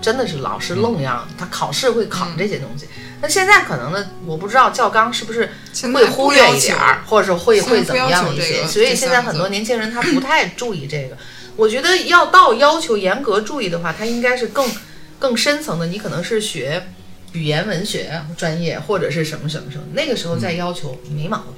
Speaker 4: 真的是老
Speaker 2: 嗯
Speaker 4: 师愣样，他考试会考这些东西。那现在可能呢，我不知道教纲是不是
Speaker 2: 现在
Speaker 4: 会忽略一点
Speaker 2: 不要求
Speaker 4: 儿，或者说会
Speaker 2: 现在
Speaker 4: 会
Speaker 2: 不
Speaker 4: 怎么
Speaker 2: 要
Speaker 4: 样
Speaker 2: 求
Speaker 4: 一
Speaker 2: 这
Speaker 4: 些，
Speaker 2: 个
Speaker 4: 所以
Speaker 2: 这
Speaker 4: 现
Speaker 2: 三
Speaker 4: 在
Speaker 2: 个
Speaker 4: 很
Speaker 2: 字
Speaker 4: 多年轻人 他不太注意这个。我觉得要到要求严格注意的话，他应该是更更深层的，你可能是学语言文学专业或者是什么什么什么，那个时候再
Speaker 2: 嗯
Speaker 4: 要求没毛病。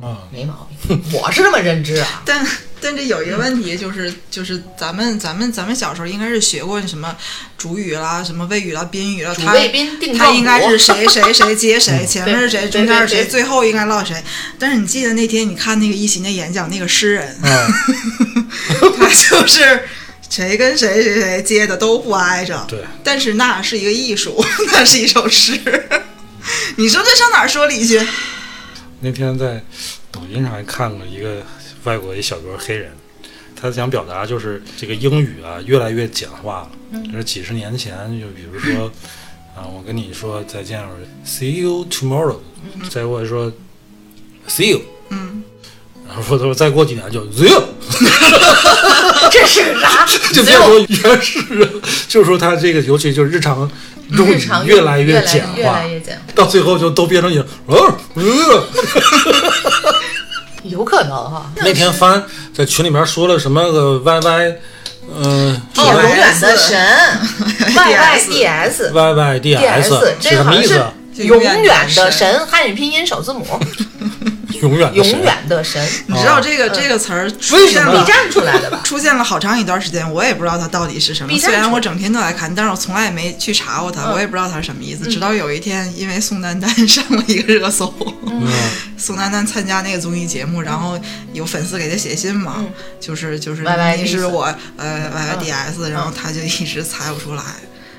Speaker 1: 啊，
Speaker 4: 没毛病，我是这么认知啊。
Speaker 2: 但但这有一个问题，就是就是咱们咱们咱们小时候应该是学过什么主语啦、什么谓语啦、宾语啦，
Speaker 4: 主
Speaker 2: 它
Speaker 4: 谓宾定
Speaker 2: 它
Speaker 4: 状
Speaker 2: 应该
Speaker 4: 国
Speaker 2: 是谁谁谁接
Speaker 1: 嗯
Speaker 2: 谁，前面是谁，
Speaker 4: 对
Speaker 2: 中间
Speaker 4: 对
Speaker 2: 是
Speaker 4: 对
Speaker 2: 谁，
Speaker 4: 对
Speaker 2: 最后应该落谁。但是你记得那天你看那个一席那演讲那个诗人，
Speaker 1: 嗯，
Speaker 2: 他就是谁跟谁谁谁接的都不挨着。
Speaker 1: 对，
Speaker 2: 但是那是一个艺术， 那是一首诗。 你说这上哪儿说理去？
Speaker 1: 那天在抖音上还看过一个外国一小哥黑人，他想表达就是这个英语啊越来越简化了，
Speaker 4: 嗯
Speaker 1: 就是几十年前就比如说啊，我跟你说再见，我说 see you tomorrow，再
Speaker 4: 嗯
Speaker 1: 过来说 see you，
Speaker 2: 嗯，
Speaker 1: 然后说他说再过几年就 see you。
Speaker 4: 这是 啥？
Speaker 1: 就别
Speaker 4: 没
Speaker 1: 说
Speaker 4: 有
Speaker 1: 原始人，就是说他这个，尤其就是日常中
Speaker 4: 日常
Speaker 1: 语越来
Speaker 4: 来
Speaker 1: 越
Speaker 4: 越
Speaker 1: 简
Speaker 4: 越
Speaker 1: 化
Speaker 4: 来，越简化，
Speaker 1: 到最后就都变成你 呃呃。
Speaker 4: 有可能哈、
Speaker 1: 那天帆在群里面说了什么个 YY，嗯
Speaker 4: 哦，
Speaker 2: DYS
Speaker 4: 永远的 神，Y Y D S。
Speaker 1: ，YY
Speaker 4: D S，
Speaker 1: DS 是
Speaker 4: 这个
Speaker 1: 什
Speaker 4: 好
Speaker 1: 么
Speaker 4: 像
Speaker 1: 意
Speaker 4: 是
Speaker 1: 思？
Speaker 4: 永远的神，汉语拼音首 字母，
Speaker 1: 永远的啊
Speaker 4: 永
Speaker 1: 神
Speaker 4: 远的神，
Speaker 2: 你知道这个、这个词儿出
Speaker 1: 啊为
Speaker 2: 现
Speaker 1: 什么
Speaker 4: 你
Speaker 2: 了。
Speaker 4: 站出来 的吧？
Speaker 2: 出现了好长一段时间，我也不知道它到底是什么。
Speaker 4: B 站
Speaker 2: 虽然
Speaker 4: 出
Speaker 2: 我整天都在看，但是我从来也没去查过它，我也不知道它是什么意思。直到有一天，因为宋丹丹上了一个热搜，
Speaker 1: 嗯
Speaker 2: 宋丹丹参加那个综艺节目，然后有粉丝给她写信嘛，就是就是你
Speaker 4: YYDS
Speaker 2: 是我呃 Y Y D S，、然后她就一直猜不出来。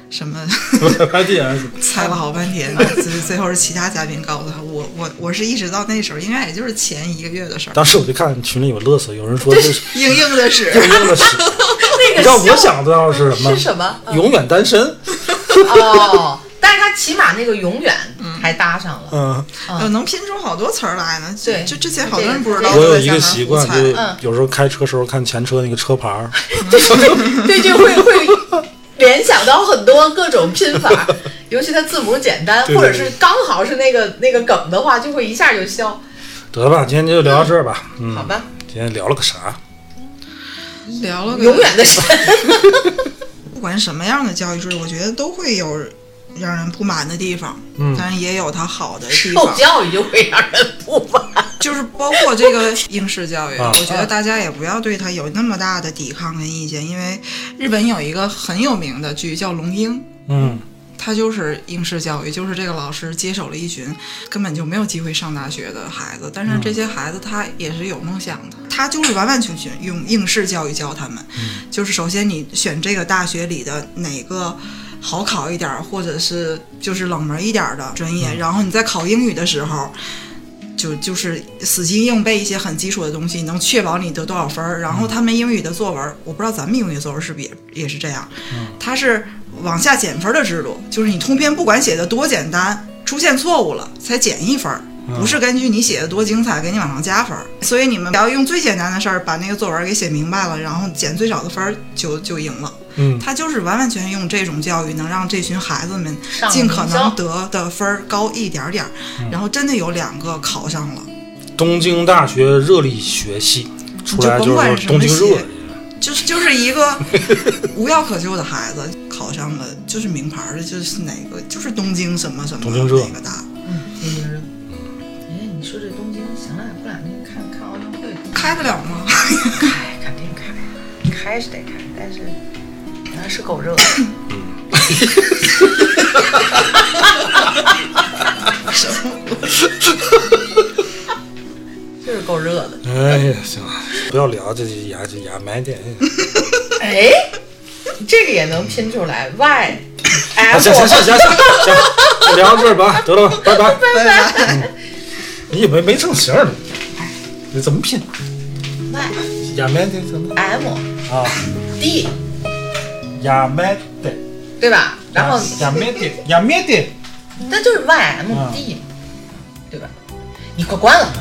Speaker 2: 什 么
Speaker 1: ，YY DS，
Speaker 2: 猜了好半天，最最后是其他嘉宾告诉她，我我我是一直到那时候，应该也就是前一个月的事 儿，
Speaker 1: 当时我就看群里有乐死，有人说这是
Speaker 2: 硬硬的是。
Speaker 1: 用用的是，
Speaker 4: 那
Speaker 1: 你
Speaker 4: 个
Speaker 1: 知道我
Speaker 4: 笑
Speaker 1: 想到的是什么？
Speaker 4: 是什 么？
Speaker 1: 永远单身。
Speaker 4: 哦，但是他起码那个永远还搭上了。
Speaker 1: 嗯，
Speaker 2: 呃，能拼出好多词儿来呢。
Speaker 4: 对
Speaker 2: 就之前好多人不知道。
Speaker 1: 我有
Speaker 2: 在
Speaker 1: 一
Speaker 2: 下
Speaker 1: 个
Speaker 2: 面
Speaker 1: 习
Speaker 2: 胡
Speaker 1: 惯，
Speaker 2: 猜
Speaker 1: 就
Speaker 4: 嗯
Speaker 1: 有时候开车时候看前车那个车牌儿。
Speaker 4: 对，就会会联想到很多各种拼法，尤其它字母简单，
Speaker 1: 对对
Speaker 4: 或者是刚好是那个那个梗的话，就会一下就消，
Speaker 1: 得吧，今天就聊到这儿吧。嗯，
Speaker 4: 好吧？
Speaker 1: 今天聊了个啥？
Speaker 2: 聊了个
Speaker 4: 永远的神，
Speaker 2: 不管什么样的教育制度，我觉得都会有让人不满的地方，
Speaker 1: 嗯
Speaker 2: 但是也有它好的地
Speaker 4: 受
Speaker 2: 方，
Speaker 4: 教育就会让人不满。
Speaker 2: 就是包括这个应试教育，
Speaker 1: 啊
Speaker 2: 我觉得大家也不要对它有那么大的抵抗跟意见，因为日本有一个很有名的剧叫《龙樱》。
Speaker 1: 嗯，
Speaker 2: 它就是应试教育，就是这个老师接手了一群根本就没有机会上大学的孩子，但是这些孩子他也是有梦想的，他就是完完全全用应试教育教他们，就是首先你选这个大学里的哪个。好考一点儿，或者是就是冷门一点儿的专业，然后你在考英语的时候，就就是死记硬背一些很基础的东西，能确保你得多少分儿。然后他们英语的作文，我不知道咱们英语作文是不是也也是这样，它是往下减分的制度，就是你通篇不管写的多简单，出现错误了才减一分儿。
Speaker 1: 嗯
Speaker 2: 不是根据你写的多精彩给你往上加分儿，所以你们不要用最简单的事儿把那个作文给写明白了，然后减最少的分儿就就赢了。
Speaker 1: 嗯
Speaker 2: 他就是完完全全用这种教育，能让这群孩子们
Speaker 4: 上
Speaker 2: 尽可
Speaker 4: 名校
Speaker 2: 能得的分儿高一点儿点儿，
Speaker 1: 嗯
Speaker 2: 然后真的有两个考上了。
Speaker 1: 东京大学热力学系出来
Speaker 2: 你就甭管
Speaker 1: 是东京
Speaker 2: 什么
Speaker 1: 热
Speaker 2: 系就是就是 一个无药可救的孩子，考上了就是名牌儿的，就是哪个就是东京什么什么
Speaker 1: 东京热
Speaker 2: 哪个大。
Speaker 4: 哎，你说这东京，行了，不俩那看看奥运会，
Speaker 2: 开得了吗？
Speaker 4: 开肯定开，开是得开，但是那是够热。
Speaker 1: 嗯
Speaker 2: 什 么？
Speaker 4: 就是够热的，
Speaker 1: 哎呀，行了，不要聊这些牙这牙埋点。
Speaker 4: 哎，这个也能拼出来，Y
Speaker 1: 啊
Speaker 4: M，
Speaker 1: 行行行行行行， 就聊到这儿吧，得了吧，拜拜拜拜。嗯你也没没正形儿呢，你怎么拼？
Speaker 4: Y
Speaker 1: 亚麦的什么
Speaker 4: M
Speaker 1: 啊？
Speaker 4: D，
Speaker 1: 亚麦的，
Speaker 4: 对吧？然后
Speaker 1: 亚麦的，亚麦的，
Speaker 4: 那就是
Speaker 1: 啊
Speaker 4: Y M D，对吧？你快关了。